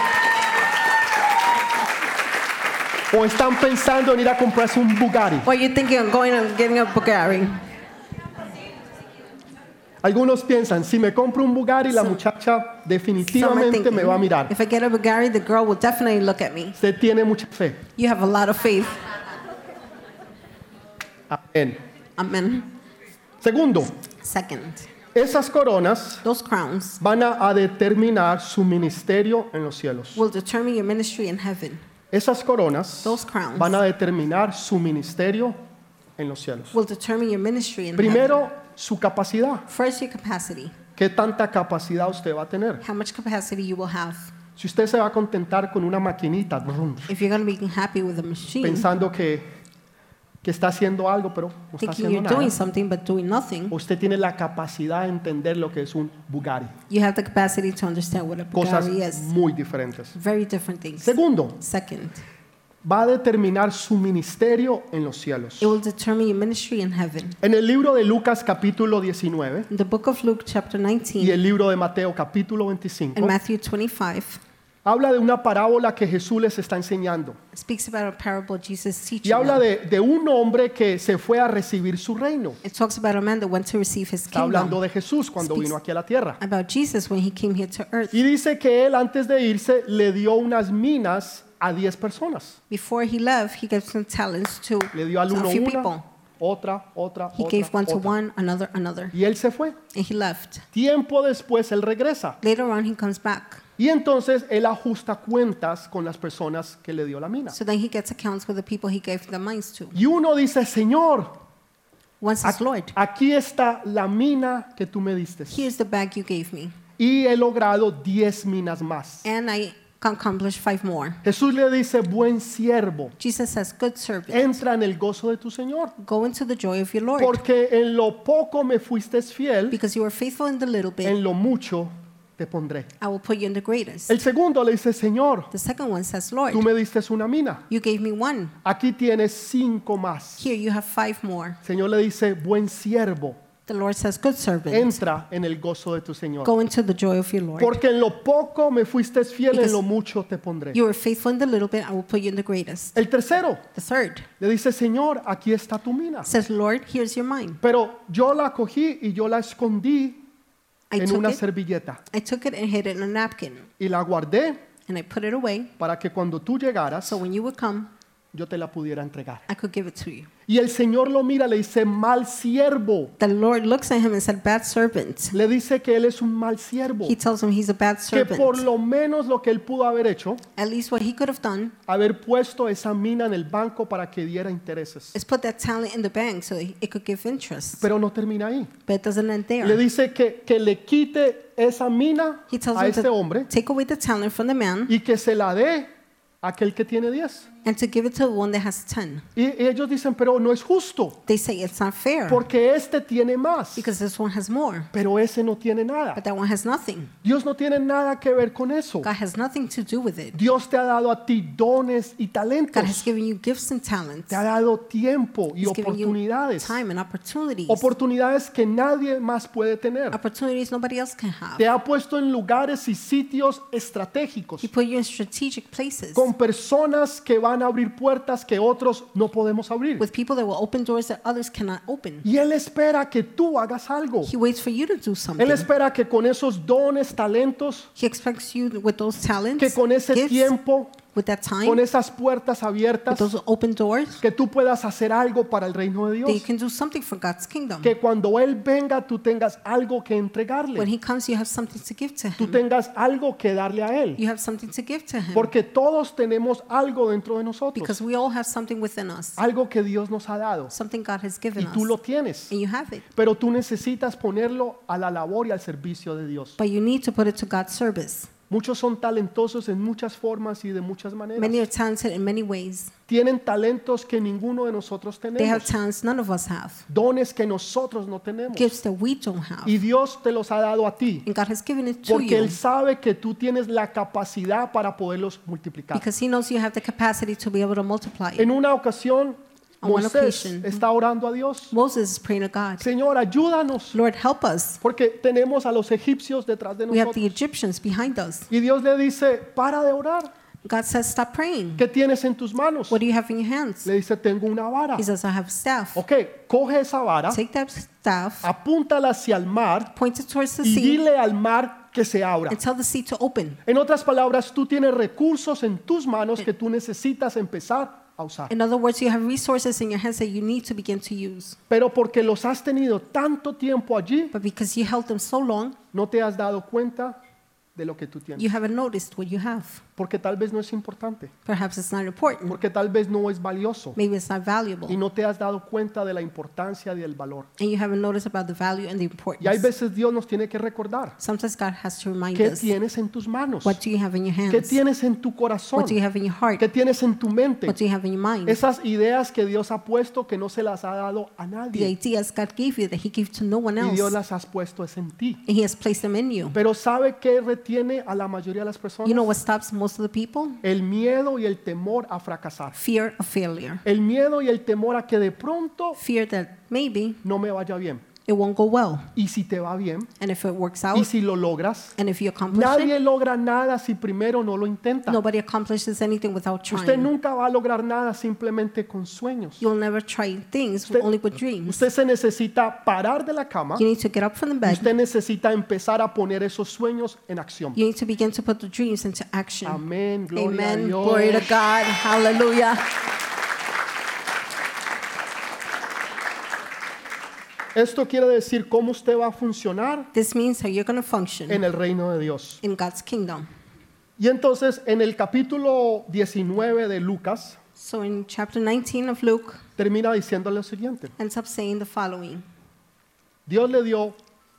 Speaker 2: O están pensando en ir a comprarse un Bugatti.
Speaker 1: Or you're thinking of going and getting a Bugatti.
Speaker 2: Algunos piensan, si me compro un Bugatti, la
Speaker 1: Some-
Speaker 2: muchacha
Speaker 1: Some are
Speaker 2: definitivamente
Speaker 1: thinking,
Speaker 2: me va a mirar.
Speaker 1: if I get a Bugatti, the girl will definitely look at me.
Speaker 2: Usted tiene mucha fe.
Speaker 1: You have a lot of faith.
Speaker 2: Amén.
Speaker 1: Amen.
Speaker 2: Segundo,
Speaker 1: Second,
Speaker 2: esas coronas
Speaker 1: those crowns
Speaker 2: van a, a determinar su ministerio en los cielos.
Speaker 1: will determine your ministry in heaven.
Speaker 2: Esas coronas
Speaker 1: Those crowns.
Speaker 2: van a determinar su ministerio en los cielos.
Speaker 1: Will determine your ministry in heaven.
Speaker 2: Primero, su capacidad.
Speaker 1: First, your capacity.
Speaker 2: ¿Qué tanta capacidad usted va a tener?
Speaker 1: How much capacity you will have.
Speaker 2: Si usted se va a contentar con una maquinita, brum,
Speaker 1: If you're going to be happy with a machine,
Speaker 2: pensando que, que está haciendo algo, pero no está
Speaker 1: thinking
Speaker 2: haciendo
Speaker 1: you're doing
Speaker 2: nada,
Speaker 1: something but doing nothing,
Speaker 2: usted tiene la capacidad de entender lo que es un Bugatti.
Speaker 1: you have the capacity to understand what a
Speaker 2: Cosas
Speaker 1: Bugatti is.
Speaker 2: muy diferentes.
Speaker 1: Very different things.
Speaker 2: Segundo,
Speaker 1: Second,
Speaker 2: va a determinar su ministerio en los cielos.
Speaker 1: it will determine your ministry in heaven.
Speaker 2: En el libro de Lucas capítulo 19
Speaker 1: In the book of Luke, chapter
Speaker 2: y
Speaker 1: 19,
Speaker 2: el libro de Mateo capítulo
Speaker 1: and
Speaker 2: 25,
Speaker 1: Matthew 25,
Speaker 2: Habla de una parábola que Jesús les está enseñando.
Speaker 1: It speaks about a parable Jesus teaching.
Speaker 2: Y habla
Speaker 1: them.
Speaker 2: de, de un hombre que se fue a recibir su reino.
Speaker 1: It talks about a man that went to receive his
Speaker 2: Está
Speaker 1: kingdom.
Speaker 2: hablando de Jesús cuando vino aquí a la tierra.
Speaker 1: About Jesus when he came here to earth.
Speaker 2: Y dice que él antes de irse le dio unas minas a 10 personas.
Speaker 1: Before he left, he gave some talents to,
Speaker 2: Le dio al
Speaker 1: to
Speaker 2: uno
Speaker 1: a few
Speaker 2: una,
Speaker 1: people.
Speaker 2: otra, otra,
Speaker 1: He
Speaker 2: otra,
Speaker 1: gave one to
Speaker 2: otra.
Speaker 1: one, another, another.
Speaker 2: Y él se fue.
Speaker 1: And he left.
Speaker 2: Tiempo después él regresa.
Speaker 1: Later on, he comes back.
Speaker 2: Y entonces él ajusta cuentas con las personas que le dio la mina.
Speaker 1: So then he gets accounts with the people he gave the mines to.
Speaker 2: Y uno dice, Señor,
Speaker 1: Once says, Lord,
Speaker 2: aquí está la mina que tú me diste.
Speaker 1: here's the bag you gave me.
Speaker 2: Y he logrado 10 minas más.
Speaker 1: And I can accomplish five more.
Speaker 2: Jesús le dice, buen siervo,
Speaker 1: Jesus says, Good servant,
Speaker 2: entra en el gozo de tu Señor.
Speaker 1: go into the joy of your Lord.
Speaker 2: Porque en lo poco me fuiste fiel,
Speaker 1: Because you were faithful in the little bit,
Speaker 2: en lo mucho te pondré.
Speaker 1: I will put you in the greatest.
Speaker 2: El segundo le dice, Señor,
Speaker 1: The second one says, Lord,
Speaker 2: tú me diste una mina.
Speaker 1: you gave me one.
Speaker 2: Aquí tienes cinco más.
Speaker 1: Here you have five more.
Speaker 2: El Señor le dice, buen siervo,
Speaker 1: The Lord says, Good servant,
Speaker 2: entra en el gozo de tu Señor.
Speaker 1: go into the joy of your Lord.
Speaker 2: Porque en lo poco me fuiste fiel, en lo mucho te pondré.
Speaker 1: You were faithful in the little bit, I will put you in the greatest.
Speaker 2: El tercero
Speaker 1: The third
Speaker 2: le dice, Señor, aquí está tu mina.
Speaker 1: says, Lord, here's your mine.
Speaker 2: Pero yo la cogí y yo la escondí
Speaker 1: I
Speaker 2: en una
Speaker 1: took it,
Speaker 2: servilleta
Speaker 1: I took it and hid it in a napkin,
Speaker 2: y la guardé
Speaker 1: and I put it away.
Speaker 2: para que cuando tú llegaras
Speaker 1: So when you would come,
Speaker 2: yo te la pudiera entregar.
Speaker 1: I could give it to you.
Speaker 2: Y el Señor lo mira, le dice, mal siervo.
Speaker 1: The Lord looks at him and said, Bad servant.
Speaker 2: Le dice que él es un mal siervo.
Speaker 1: He tells him he's a bad
Speaker 2: Que por
Speaker 1: servant.
Speaker 2: lo menos lo que él pudo haber hecho,
Speaker 1: At least what he could have done
Speaker 2: haber puesto esa mina en el banco para que diera intereses.
Speaker 1: is put that talent in the bank so it could give interest.
Speaker 2: Pero no termina ahí.
Speaker 1: but it doesn't end
Speaker 2: Le
Speaker 1: there.
Speaker 2: dice que, que le quite esa mina
Speaker 1: He tells
Speaker 2: a
Speaker 1: him
Speaker 2: este
Speaker 1: to
Speaker 2: hombre
Speaker 1: take away the talent from the man
Speaker 2: y que se la dé a aquel que tiene 10.
Speaker 1: and to give it to the one that has 10.
Speaker 2: Y, y ellos dicen, pero no es justo,
Speaker 1: They say it's not fair
Speaker 2: porque este tiene más,
Speaker 1: because this one has more,
Speaker 2: pero ese no tiene nada.
Speaker 1: but that one has nothing.
Speaker 2: Dios no tiene nada que ver con eso.
Speaker 1: God has nothing to do with it.
Speaker 2: Dios te ha dado a ti dones y
Speaker 1: God has
Speaker 2: talentos.
Speaker 1: given you gifts and talents.
Speaker 2: Te ha dado tiempo y
Speaker 1: He's given you
Speaker 2: oportunidades.
Speaker 1: time and opportunities.
Speaker 2: Oportunidades que nadie más puede tener.
Speaker 1: Opportunities nobody else can have.
Speaker 2: Te ha puesto en lugares y sitios
Speaker 1: He
Speaker 2: estratégicos
Speaker 1: put you in strategic places
Speaker 2: con personas que van a abrir puertas que otros no podemos abrir.
Speaker 1: with people that will open doors that others cannot open.
Speaker 2: Y Él espera que tú hagas algo.
Speaker 1: He waits for you to do
Speaker 2: Él
Speaker 1: something.
Speaker 2: espera que con esos dones, talentos,
Speaker 1: He expects you with those
Speaker 2: que
Speaker 1: talents,
Speaker 2: con ese
Speaker 1: gifts,
Speaker 2: tiempo,
Speaker 1: with that
Speaker 2: con
Speaker 1: time,
Speaker 2: esas puertas
Speaker 1: with
Speaker 2: abiertas,
Speaker 1: those open doors,
Speaker 2: que tú puedas hacer algo para el reino de
Speaker 1: that you
Speaker 2: Dios.
Speaker 1: can do something for God's kingdom.
Speaker 2: Que cuando Él venga tú tengas algo que
Speaker 1: When
Speaker 2: entregarle,
Speaker 1: He comes, you have something to give to
Speaker 2: tú
Speaker 1: Him.
Speaker 2: tengas algo que darle a Él.
Speaker 1: You have something to give to Him
Speaker 2: Porque todos tenemos algo dentro de nosotros,
Speaker 1: because we all have something within us,
Speaker 2: algo que Dios nos ha dado
Speaker 1: something God has
Speaker 2: y
Speaker 1: given us,
Speaker 2: tú lo tienes.
Speaker 1: and you have it.
Speaker 2: Pero tú necesitas ponerlo a la labor y al servicio de Dios.
Speaker 1: But you need to put it to God's service.
Speaker 2: Muchos son talentosos en muchas formas y de muchas maneras.
Speaker 1: Many are talented in many ways.
Speaker 2: Tienen talentos que ninguno de nosotros
Speaker 1: They have
Speaker 2: tenemos,
Speaker 1: talents none of us have,
Speaker 2: dones que nosotros no tenemos.
Speaker 1: gifts that we don't have,
Speaker 2: Y Dios te los ha dado a ti.
Speaker 1: and God has given it to
Speaker 2: Porque
Speaker 1: you
Speaker 2: Él sabe que tú tienes la capacidad para poderlos multiplicar.
Speaker 1: because He knows you have the capacity to be able to multiply it.
Speaker 2: En una ocasión,
Speaker 1: On one
Speaker 2: Moisés
Speaker 1: occasion.
Speaker 2: está orando a Dios.
Speaker 1: Moses is praying to God,
Speaker 2: Señor, ayúdanos.
Speaker 1: Lord, help us.
Speaker 2: Porque tenemos a los egipcios detrás de
Speaker 1: We have the
Speaker 2: nosotros.
Speaker 1: Egyptians behind us.
Speaker 2: Y Dios le dice, para de orar.
Speaker 1: God says, Stop praying.
Speaker 2: ¿Qué tienes en tus manos?
Speaker 1: What do you have in your hands?
Speaker 2: Le dice, tengo una vara.
Speaker 1: He says, I have a staff.
Speaker 2: Ok, coge esa vara,
Speaker 1: Take that staff,
Speaker 2: apúntala hacia el mar
Speaker 1: point it towards the
Speaker 2: Ah. y
Speaker 1: sea,
Speaker 2: dile al mar que se abra.
Speaker 1: and tell the sea to open.
Speaker 2: En otras palabras, tú tienes recursos en tus manos que tú necesitas empezar a usar.
Speaker 1: In other words, you have resources in your hands that you need to begin to use.
Speaker 2: Pero porque los has tenido tanto tiempo allí,
Speaker 1: But because you held them so long,
Speaker 2: no te has dado cuenta de lo que tú tienes.
Speaker 1: you haven't noticed what you have.
Speaker 2: Porque tal vez no es importante,
Speaker 1: Perhaps it's not important.
Speaker 2: porque tal vez no es valioso
Speaker 1: Maybe it's not valuable.
Speaker 2: y no te has dado cuenta de la importancia y del valor.
Speaker 1: And you haven't noticed about the value and the
Speaker 2: Y hay
Speaker 1: importance.
Speaker 2: veces Dios nos tiene que recordar,
Speaker 1: Sometimes God has to remind
Speaker 2: ¿qué
Speaker 1: us
Speaker 2: tienes en tus manos?
Speaker 1: what do you have in your
Speaker 2: ¿Qué
Speaker 1: hands?
Speaker 2: tienes en tu corazón?
Speaker 1: What do you have in your heart?
Speaker 2: ¿Qué tienes en tu mente?
Speaker 1: What do you have in your mind?
Speaker 2: Esas ideas que Dios ha puesto que no se las ha dado a
Speaker 1: The
Speaker 2: nadie
Speaker 1: ideas God gave you that He gave to no one
Speaker 2: y
Speaker 1: else,
Speaker 2: Dios
Speaker 1: and
Speaker 2: las ha puesto es en ti.
Speaker 1: He has placed them in you.
Speaker 2: Pero ¿sabe qué retiene a la mayoría de las
Speaker 1: You know
Speaker 2: personas?
Speaker 1: what stops most of the people?
Speaker 2: El miedo y el temor a fracasar.
Speaker 1: Fear of failure.
Speaker 2: El miedo y el temor a que de pronto
Speaker 1: Fear that maybe
Speaker 2: no me vaya bien.
Speaker 1: it won't go well.
Speaker 2: Y si te va bien,
Speaker 1: And if it works
Speaker 2: y
Speaker 1: out,
Speaker 2: si lo logras,
Speaker 1: and if you accomplish
Speaker 2: nadie
Speaker 1: it,
Speaker 2: logra nada si primero no lo intenta.
Speaker 1: nobody accomplishes anything without
Speaker 2: Usted
Speaker 1: trying.
Speaker 2: nunca va a lograr nada simplemente con sueños.
Speaker 1: You'll never try things
Speaker 2: Usted-
Speaker 1: only with dreams.
Speaker 2: Usted se necesita parar de la cama.
Speaker 1: you need to get up from the bed.
Speaker 2: Usted necesita empezar a poner esos sueños en acción.
Speaker 1: you need to begin to put the dreams into action.
Speaker 2: Amén, gloria
Speaker 1: Amen.
Speaker 2: a
Speaker 1: Glory to
Speaker 2: Dios.
Speaker 1: God. Hallelujah.
Speaker 2: Esto quiere decir cómo usted va a funcionar
Speaker 1: This means how you're going to function
Speaker 2: en el reino de Dios.
Speaker 1: in God's kingdom.
Speaker 2: Y entonces en el capítulo 19 de Lucas
Speaker 1: So in chapter 19 of Luke,
Speaker 2: termina diciendo lo siguiente.
Speaker 1: ends up saying the following
Speaker 2: Dios le dio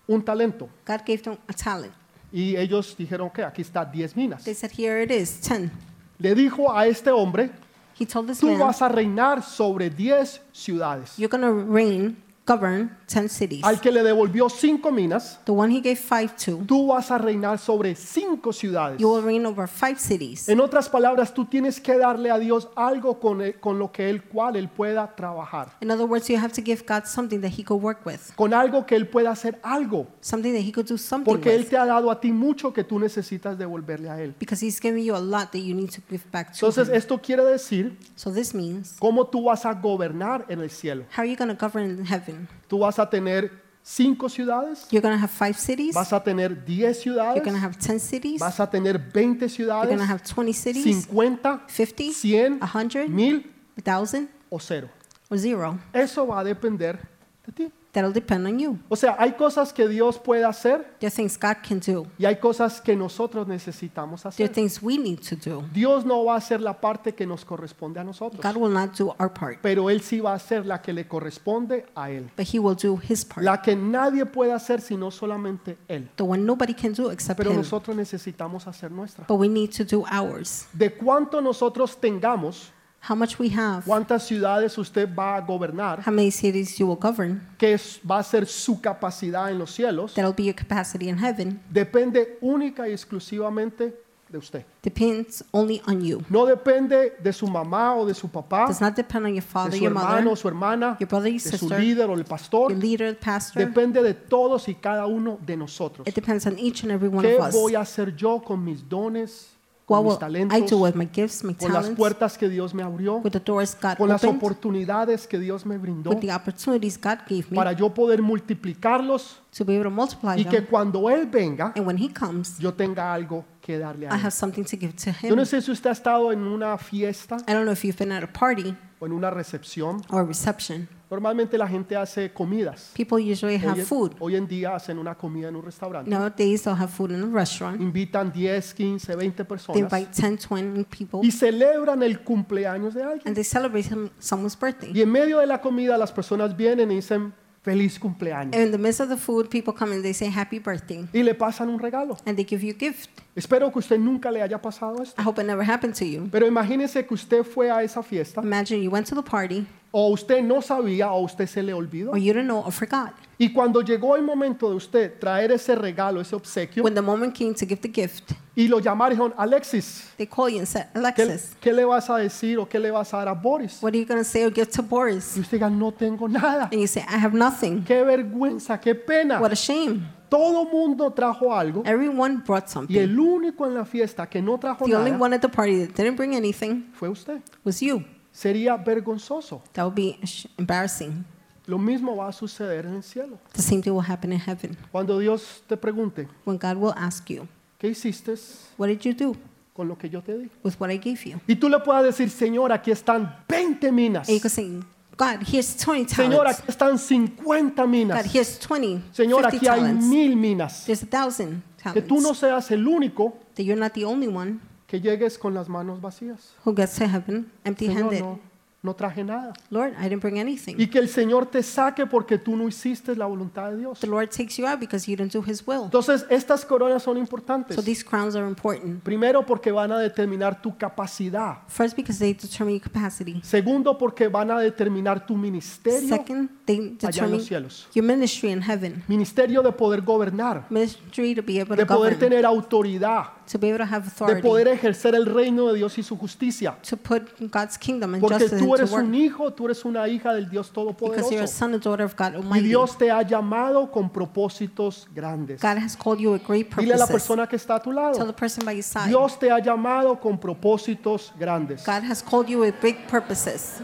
Speaker 2: un talento
Speaker 1: God gave them a talent.
Speaker 2: y ellos dijeron que aquí está 10 minas.
Speaker 1: They said, Here it is, 10.
Speaker 2: Le dijo a este hombre,
Speaker 1: He told this
Speaker 2: tú
Speaker 1: man,
Speaker 2: vas a reinar sobre 10 ciudades.
Speaker 1: You're going to reign, govern 10 cities.
Speaker 2: Al que le devolvió 5 minas,
Speaker 1: The one he gave five to,
Speaker 2: tú vas a reinar sobre 5 ciudades.
Speaker 1: you will reign over five cities.
Speaker 2: En otras palabras, tú tienes que darle a Dios algo con, el- con lo que él cual él pueda trabajar,
Speaker 1: In other words, you have to give God something that he could work with,
Speaker 2: con algo que él pueda hacer algo,
Speaker 1: something that he could do something
Speaker 2: porque él
Speaker 1: with,
Speaker 2: te ha dado a ti mucho que tú necesitas devolverle a él.
Speaker 1: because he's giving you a lot that you need to give back to
Speaker 2: Entonces, eh,
Speaker 1: him.
Speaker 2: esto quiere decir
Speaker 1: So this means,
Speaker 2: cómo tú vas a gobernar en el cielo.
Speaker 1: how are you going to govern in heaven?
Speaker 2: Tú vas a tener cinco ciudades,
Speaker 1: You're going to have five cities,
Speaker 2: vas a tener 10 ciudades,
Speaker 1: you're going to have 10 cities,
Speaker 2: vas a tener
Speaker 1: you're
Speaker 2: 20
Speaker 1: going
Speaker 2: ciudades,
Speaker 1: to have 20 cities,
Speaker 2: 50,
Speaker 1: 50,
Speaker 2: 100,
Speaker 1: 100,
Speaker 2: 1000
Speaker 1: 1,000,
Speaker 2: o cero.
Speaker 1: or zero.
Speaker 2: Eso va a depender de ti.
Speaker 1: That'll depend on you.
Speaker 2: O sea, hay cosas que Dios puede hacer
Speaker 1: There are things God can do.
Speaker 2: Y hay cosas que nosotros necesitamos
Speaker 1: There are
Speaker 2: hacer.
Speaker 1: things we need to do.
Speaker 2: Dios no va a hacer la parte que nos corresponde a nosotros,
Speaker 1: God will not do our part,
Speaker 2: pero Él sí va a hacer la que le corresponde a Él.
Speaker 1: but He will do His part.
Speaker 2: La que nadie puede hacer sino solamente Él.
Speaker 1: The one nobody can do except
Speaker 2: Pero
Speaker 1: Him.
Speaker 2: nosotros necesitamos hacer nuestra.
Speaker 1: But we need to do ours.
Speaker 2: De cuánto nosotros tengamos,
Speaker 1: How much we have,
Speaker 2: cuántas ciudades usted va a gobernar,
Speaker 1: how many cities you will govern,
Speaker 2: qué es- va a ser su capacidad en los cielos,
Speaker 1: that'll be your capacity in heaven,
Speaker 2: depende única y exclusivamente de usted.
Speaker 1: depends only on you.
Speaker 2: No depende de su mamá o de su papá,
Speaker 1: Does not depend on your
Speaker 2: de
Speaker 1: father,
Speaker 2: su
Speaker 1: your
Speaker 2: hermano o
Speaker 1: mother,
Speaker 2: su hermana,
Speaker 1: your brother, your
Speaker 2: de su
Speaker 1: sister,
Speaker 2: líder o el pastor,
Speaker 1: your leader, the pastor.
Speaker 2: depende de todos y cada uno de nosotros.
Speaker 1: It depends on each and every one
Speaker 2: ¿Qué
Speaker 1: of us.
Speaker 2: voy a hacer yo con mis dones,
Speaker 1: What
Speaker 2: con mis
Speaker 1: will I do
Speaker 2: talentos,
Speaker 1: with my gifts, my
Speaker 2: con las
Speaker 1: talents,
Speaker 2: puertas que Dios me abrió,
Speaker 1: with the doors God
Speaker 2: con las
Speaker 1: opened,
Speaker 2: oportunidades que Dios me brindó
Speaker 1: with the opportunities God gave me
Speaker 2: para yo poder multiplicarlos
Speaker 1: to be able to multiply
Speaker 2: y que
Speaker 1: them?
Speaker 2: cuando Él venga
Speaker 1: And when He comes,
Speaker 2: yo tenga algo que darle a
Speaker 1: I
Speaker 2: Él?
Speaker 1: have something to give to
Speaker 2: Yo
Speaker 1: Him.
Speaker 2: no sé si usted ha estado en una fiesta
Speaker 1: I don't know if you've been at a party
Speaker 2: o en una recepción.
Speaker 1: or a reception.
Speaker 2: Normalmente la gente hace comidas.
Speaker 1: People usually
Speaker 2: Hoy
Speaker 1: have
Speaker 2: en-
Speaker 1: food.
Speaker 2: hoy en día hacen una comida en un restaurante.
Speaker 1: Nowadays, they'll have food in a restaurant.
Speaker 2: invitan 10, 15, 20
Speaker 1: They
Speaker 2: personas
Speaker 1: invite 10, 20 people
Speaker 2: y celebran el cumpleaños de alguien.
Speaker 1: and they celebrate some- someone's birthday.
Speaker 2: Y en medio de la comida las personas vienen y dicen feliz cumpleaños
Speaker 1: And in the midst of the food, people come and they say happy birthday
Speaker 2: y le pasan un regalo.
Speaker 1: and they give you a gift.
Speaker 2: Espero que usted nunca le haya pasado esto.
Speaker 1: I hope it never happened to you.
Speaker 2: Pero imagínese que usted fue a esa fiesta
Speaker 1: Imagine you went to the party
Speaker 2: o usted no sabía o usted se le olvidó.
Speaker 1: or you don't know or forgot.
Speaker 2: Y cuando llegó el momento de usted traer ese regalo, ese obsequio,
Speaker 1: When the moment came to give the gift,
Speaker 2: y lo llamaron y dijeron, Alexis,
Speaker 1: they call you and said,
Speaker 2: ¿qué,
Speaker 1: Alexis,
Speaker 2: qué le vas a decir o qué le vas a dar a Boris?
Speaker 1: what are you going to say or give to Boris?
Speaker 2: Y usted diga, no tengo nada.
Speaker 1: And you say, I have nothing.
Speaker 2: Qué vergüenza, qué pena.
Speaker 1: What a shame.
Speaker 2: Todo mundo trajo algo
Speaker 1: Everyone brought
Speaker 2: y
Speaker 1: something.
Speaker 2: el único en la fiesta que no trajo
Speaker 1: The only
Speaker 2: nada
Speaker 1: one at the party that didn't bring anything
Speaker 2: fue usted.
Speaker 1: was you.
Speaker 2: Sería vergonzoso.
Speaker 1: That would be sh- embarrassing.
Speaker 2: Lo mismo va a suceder en el cielo.
Speaker 1: The same thing will happen in heaven
Speaker 2: Cuando Dios te pregunte,
Speaker 1: when God will ask you,
Speaker 2: ¿qué hiciste
Speaker 1: What did you do
Speaker 2: con lo que yo te di?
Speaker 1: with what I gave you?
Speaker 2: Y tú le puedas decir, Señor, aquí están 20 minas.
Speaker 1: And you could say, God, here's 20
Speaker 2: Señor,
Speaker 1: talents.
Speaker 2: aquí están 50
Speaker 1: God,
Speaker 2: minas.
Speaker 1: here's 20, 50
Speaker 2: Señor, aquí hay
Speaker 1: talents.
Speaker 2: mil minas.
Speaker 1: There's a thousand
Speaker 2: Que tú no
Speaker 1: talents.
Speaker 2: seas el único
Speaker 1: That you're not the only one
Speaker 2: que llegues con las manos vacías.
Speaker 1: who gets to heaven empty
Speaker 2: Señor,
Speaker 1: handed.
Speaker 2: no, no traje nada.
Speaker 1: Lord, I didn't bring anything.
Speaker 2: Y que el Señor te saque porque tú no hiciste la voluntad de Dios.
Speaker 1: The Lord takes you out because you didn't do His will.
Speaker 2: Entonces, estas coronas son importantes.
Speaker 1: So these crowns are important.
Speaker 2: Primero, porque van a determinar tu capacidad.
Speaker 1: First, because they determine your capacity.
Speaker 2: Segundo, porque van a determinar tu ministerio.
Speaker 1: Second, they
Speaker 2: Allá en los
Speaker 1: determine
Speaker 2: cielos.
Speaker 1: your ministry in heaven.
Speaker 2: Ministerios de poder gobernar,
Speaker 1: Ministry to be able to
Speaker 2: de poder
Speaker 1: govern,
Speaker 2: tener autoridad,
Speaker 1: to be able to have
Speaker 2: de poder
Speaker 1: authority
Speaker 2: ejercer el reino de Dios y su justicia.
Speaker 1: to put God's kingdom and
Speaker 2: Porque
Speaker 1: justice
Speaker 2: tú
Speaker 1: into
Speaker 2: eres un
Speaker 1: work
Speaker 2: hijo, tú eres una hija del Dios
Speaker 1: because you're a
Speaker 2: Todopoderoso.
Speaker 1: son and daughter of God
Speaker 2: Y
Speaker 1: Almighty.
Speaker 2: Dios te ha llamado con propósitos grandes.
Speaker 1: God has called you with great
Speaker 2: Dile a la
Speaker 1: purposes.
Speaker 2: persona que está a tu
Speaker 1: Tell the
Speaker 2: lado.
Speaker 1: person by your side.
Speaker 2: Dios te ha llamado con propósitos grandes.
Speaker 1: God has called you with big purposes.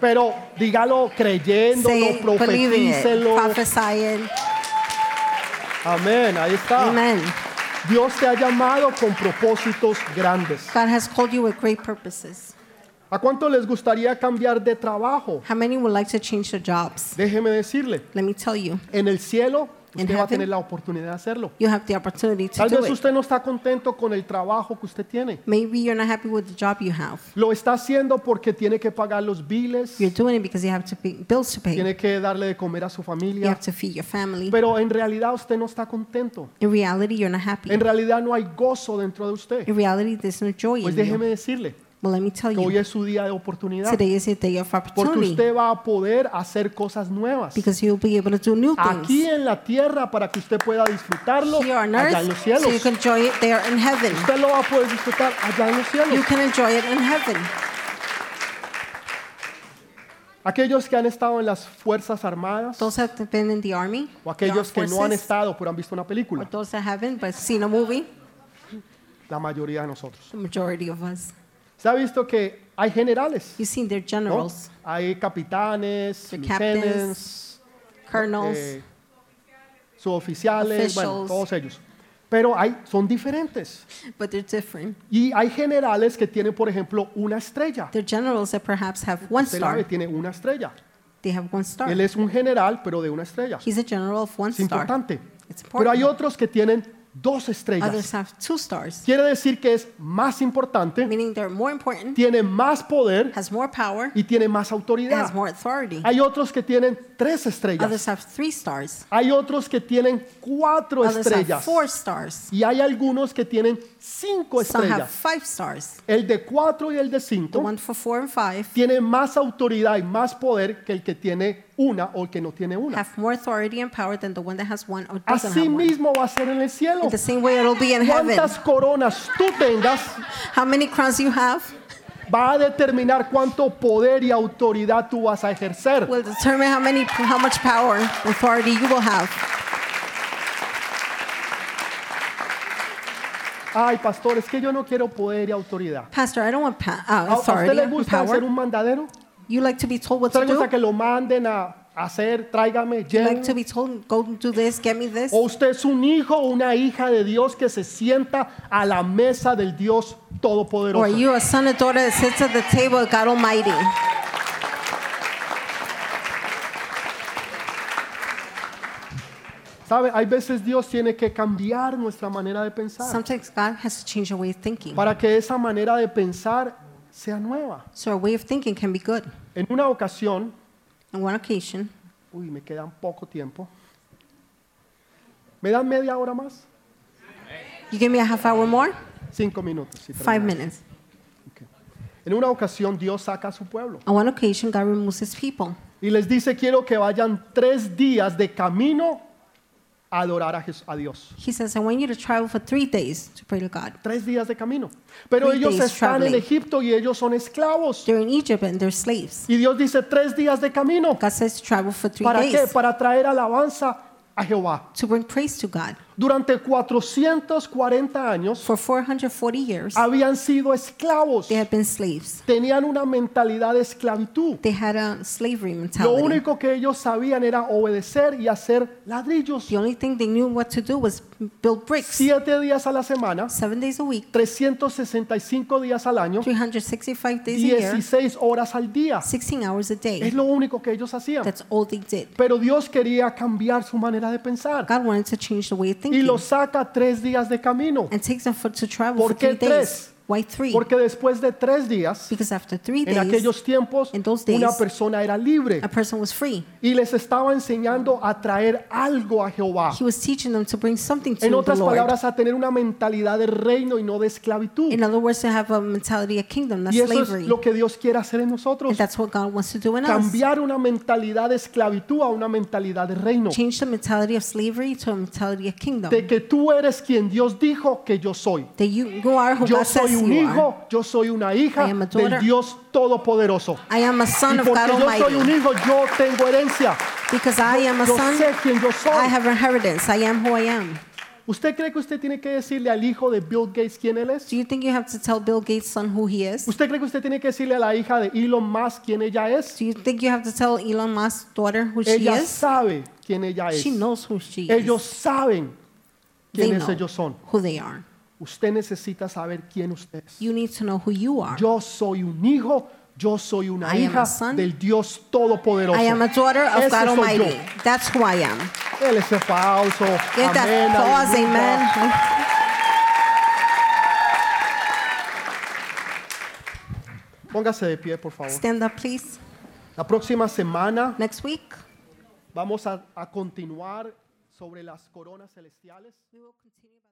Speaker 2: Pero dígalo creyéndolo,
Speaker 1: Say it, believing it,
Speaker 2: profetícelo.
Speaker 1: prophesying.
Speaker 2: Amén, ahí está.
Speaker 1: Amen.
Speaker 2: Dios te ha llamado con propósitos grandes.
Speaker 1: God has called you with great purposes.
Speaker 2: ¿A cuánto les gustaría cambiar de trabajo?
Speaker 1: How many would like to change their jobs?
Speaker 2: Déjeme decirle,
Speaker 1: Let me tell you,
Speaker 2: en el cielo
Speaker 1: In
Speaker 2: usted va a
Speaker 1: heaven.
Speaker 2: tener la oportunidad de hacerlo.
Speaker 1: you have the opportunity to
Speaker 2: Tal
Speaker 1: do
Speaker 2: vez
Speaker 1: it.
Speaker 2: usted no está contento con el trabajo que usted tiene.
Speaker 1: Maybe you're not happy with the job you have.
Speaker 2: Lo está haciendo porque tiene que pagar los biles,
Speaker 1: You're doing it because you have to pay, bills to pay.
Speaker 2: tiene que darle de comer a su
Speaker 1: You
Speaker 2: familia,
Speaker 1: have to feed your family.
Speaker 2: pero en realidad usted no está contento.
Speaker 1: In reality, you're not happy.
Speaker 2: En realidad no hay gozo dentro de usted.
Speaker 1: In reality, there's no joy
Speaker 2: Pues
Speaker 1: in
Speaker 2: déjeme
Speaker 1: you.
Speaker 2: decirle
Speaker 1: Well, let me tell
Speaker 2: que hoy
Speaker 1: you,
Speaker 2: es su día de oportunidad,
Speaker 1: today is a day of
Speaker 2: porque
Speaker 1: opportunity
Speaker 2: usted va a poder hacer cosas nuevas.
Speaker 1: because you'll be able to do new
Speaker 2: Aquí
Speaker 1: things
Speaker 2: en la tierra para que usted pueda disfrutarlo
Speaker 1: here on
Speaker 2: allá en
Speaker 1: earth,
Speaker 2: los
Speaker 1: so you
Speaker 2: cielos.
Speaker 1: can enjoy it there in heaven.
Speaker 2: Usted lo va a poder disfrutar allá en los
Speaker 1: You
Speaker 2: cielos.
Speaker 1: can enjoy it in heaven.
Speaker 2: Aquellos que han estado en las Fuerzas Armadas
Speaker 1: Those that have been in the army,
Speaker 2: o
Speaker 1: the armed
Speaker 2: aquellos que no han
Speaker 1: forces,
Speaker 2: estado pero han visto una
Speaker 1: or
Speaker 2: película,
Speaker 1: those that haven't but seen a movie,
Speaker 2: la mayoría de nosotros.
Speaker 1: the majority of us,
Speaker 2: Se ha visto que hay generales,
Speaker 1: you've seen their
Speaker 2: ¿no?
Speaker 1: generals,
Speaker 2: hay capitanes,
Speaker 1: The
Speaker 2: lieutenants,
Speaker 1: colonels,
Speaker 2: eh, suboficiales, bueno,
Speaker 1: Officials.
Speaker 2: todos ellos. Pero hay, son diferentes.
Speaker 1: but they're different.
Speaker 2: Y hay generales que tienen, por ejemplo, una estrella.
Speaker 1: They're generals that perhaps have one
Speaker 2: Usted la ve,
Speaker 1: star.
Speaker 2: tiene una estrella.
Speaker 1: They have one star.
Speaker 2: Él es un general, pero de una estrella.
Speaker 1: He's a general of one
Speaker 2: Es
Speaker 1: star.
Speaker 2: importante.
Speaker 1: It's
Speaker 2: Pero hay
Speaker 1: important.
Speaker 2: otros que tienen dos
Speaker 1: Others
Speaker 2: estrellas.
Speaker 1: have two stars,
Speaker 2: Quiere decir que es más importante,
Speaker 1: meaning they're more important,
Speaker 2: tiene más poder
Speaker 1: has more power,
Speaker 2: y tiene más
Speaker 1: and has
Speaker 2: autoridad.
Speaker 1: more authority.
Speaker 2: Hay otros que tienen tres
Speaker 1: Others
Speaker 2: estrellas.
Speaker 1: have three stars.
Speaker 2: Hay otros que tienen cuatro
Speaker 1: Others have
Speaker 2: estrellas.
Speaker 1: four stars.
Speaker 2: Y hay algunos que tienen cinco
Speaker 1: Some have
Speaker 2: estrellas.
Speaker 1: five stars.
Speaker 2: El de cuatro y el de
Speaker 1: The
Speaker 2: cinco
Speaker 1: one for four and five
Speaker 2: tiene más autoridad y más poder que el que tiene una o el que no tiene una.
Speaker 1: have more authority and power than the one that has one or doesn't
Speaker 2: Así
Speaker 1: have one.
Speaker 2: mismo va a ser en el cielo.
Speaker 1: In the same way, it'll be in heaven.
Speaker 2: Cuántas coronas tú tengas
Speaker 1: How many crowns you have
Speaker 2: va a determinar cuánto poder y autoridad tú vas a ejercer.
Speaker 1: will determine how many, how much power, authority you will have.
Speaker 2: Ay, pastor, es que yo no quiero poder y autoridad.
Speaker 1: Pastor, I don't want pa-
Speaker 2: ¿A
Speaker 1: uh,
Speaker 2: a usted
Speaker 1: authority
Speaker 2: le
Speaker 1: and
Speaker 2: gusta
Speaker 1: power.
Speaker 2: ser un mandadero?
Speaker 1: You like to be told what
Speaker 2: ¿Usted
Speaker 1: to
Speaker 2: le gusta
Speaker 1: do.
Speaker 2: que lo manden a hacer, tráigame,
Speaker 1: You like
Speaker 2: lleven?
Speaker 1: to be told, go do this, get me this.
Speaker 2: ¿O usted es un hijo o una hija de Dios que se sienta a la mesa del Dios
Speaker 1: Or
Speaker 2: Todopoderoso?
Speaker 1: you, a son or daughter that sits at the table of God Almighty.
Speaker 2: ¿Sabe? Hay veces Dios tiene que cambiar nuestra manera de pensar
Speaker 1: Sometimes God has to change our way of thinking.
Speaker 2: para que esa manera de pensar sea nueva.
Speaker 1: So our way of thinking can be good.
Speaker 2: En una ocasión,
Speaker 1: On one occasion,
Speaker 2: uy, me queda poco tiempo. ¿Me dan media hora más?
Speaker 1: you give me a half hour more,
Speaker 2: Cinco minutos. si
Speaker 1: five
Speaker 2: terminamos.
Speaker 1: minutes.
Speaker 2: En una ocasión Dios saca a su pueblo
Speaker 1: On one occasion, God removes his people.
Speaker 2: y les dice, quiero que vayan tres días de camino a adorar a, Jes- a Dios.
Speaker 1: He says, I want you to travel for three days to pray to God.
Speaker 2: Tres días de camino. Pero
Speaker 1: Three
Speaker 2: ellos
Speaker 1: days
Speaker 2: están en
Speaker 1: traveling.
Speaker 2: Egipto y ellos son esclavos.
Speaker 1: They're in Egypt and they're slaves.
Speaker 2: Y Dios dice, tres días de camino.
Speaker 1: God says to travel for three
Speaker 2: ¿Para qué?
Speaker 1: days
Speaker 2: Para traer alabanza a Jehová.
Speaker 1: to bring praise to God.
Speaker 2: Durante 440 años
Speaker 1: For 440 years,
Speaker 2: habían sido esclavos.
Speaker 1: they had been slaves.
Speaker 2: Tenían una mentalidad de esclavitud.
Speaker 1: They had a slavery
Speaker 2: Lo
Speaker 1: mentality.
Speaker 2: único que ellos sabían era obedecer y hacer ladrillos.
Speaker 1: The only thing they knew what to do was build bricks.
Speaker 2: Siete días a la semana,
Speaker 1: Seven days a week,
Speaker 2: 365 días al año,
Speaker 1: 365 days a year,
Speaker 2: 16 horas al día.
Speaker 1: 16 hours a
Speaker 2: Es
Speaker 1: day.
Speaker 2: lo único que ellos hacían.
Speaker 1: That's all they did.
Speaker 2: Pero Dios quería cambiar su manera de pensar
Speaker 1: God wanted to change the way of
Speaker 2: y
Speaker 1: thinking
Speaker 2: los saca tres días de camino.
Speaker 1: and takes them for, to travel
Speaker 2: ¿Por
Speaker 1: for
Speaker 2: qué
Speaker 1: three days.
Speaker 2: tres?
Speaker 1: Why three?
Speaker 2: Porque después de tres días,
Speaker 1: Because after three
Speaker 2: en
Speaker 1: days,
Speaker 2: aquellos tiempos,
Speaker 1: in those
Speaker 2: una
Speaker 1: days,
Speaker 2: persona era libre
Speaker 1: a person was free.
Speaker 2: y les estaba enseñando a traer algo a Jehová.
Speaker 1: He was teaching them to bring something to
Speaker 2: Ah. En
Speaker 1: the
Speaker 2: otras
Speaker 1: Lord.
Speaker 2: palabras, a tener una mentalidad de reino y no de esclavitud.
Speaker 1: In other words, to have a mentality of kingdom, not
Speaker 2: Y eso es
Speaker 1: slavery.
Speaker 2: lo que Dios quiere hacer en
Speaker 1: And
Speaker 2: nosotros.
Speaker 1: that's what God wants to do in us.
Speaker 2: Cambiar una mentalidad de esclavitud a una mentalidad de reino.
Speaker 1: Change the mentality of slavery to a mentality of kingdom.
Speaker 2: De que tú eres quien Dios dijo que yo soy.
Speaker 1: That you, you are who
Speaker 2: Yo
Speaker 1: God says
Speaker 2: soy un
Speaker 1: you are.
Speaker 2: hijo, yo soy una hija
Speaker 1: I am a
Speaker 2: del
Speaker 1: daughter.
Speaker 2: Dios Todopoderoso.
Speaker 1: I am a son
Speaker 2: Y
Speaker 1: of God
Speaker 2: porque yo soy un
Speaker 1: Almighty.
Speaker 2: hijo, yo tengo herencia.
Speaker 1: Because I am a
Speaker 2: Yo sé
Speaker 1: son,
Speaker 2: quién yo
Speaker 1: I
Speaker 2: soy.
Speaker 1: have inheritance. I am who I am.
Speaker 2: ¿Usted cree que usted tiene que decirle al hijo de Bill Gates quién él es?
Speaker 1: Do you think you have to tell Bill Gates' son who he is?
Speaker 2: ¿Usted cree que usted tiene que decirle a la hija de Elon Musk quién ella es?
Speaker 1: Do you think you have to tell Elon Musk's daughter who she
Speaker 2: Ella
Speaker 1: is?
Speaker 2: sabe quién ella es.
Speaker 1: She knows who she
Speaker 2: Ellos
Speaker 1: is.
Speaker 2: saben
Speaker 1: They
Speaker 2: quiénes
Speaker 1: know
Speaker 2: ellos son.
Speaker 1: who they are.
Speaker 2: Usted necesita saber quién usted es.
Speaker 1: You need to know who you are.
Speaker 2: Yo soy un hijo, yo soy una
Speaker 1: I am
Speaker 2: hija
Speaker 1: a son.
Speaker 2: del Dios Todopoderoso.
Speaker 1: I am a daughter of
Speaker 2: Ese
Speaker 1: God
Speaker 2: soy
Speaker 1: Almighty.
Speaker 2: yo.
Speaker 1: That's who I am.
Speaker 2: Dele ese falso.
Speaker 1: Give that applause, amen.
Speaker 2: Póngase de pie, por favor.
Speaker 1: Stand up, please.
Speaker 2: La próxima semana
Speaker 1: Next week,
Speaker 2: vamos a, a continuar sobre las coronas celestiales.
Speaker 1: we will continue.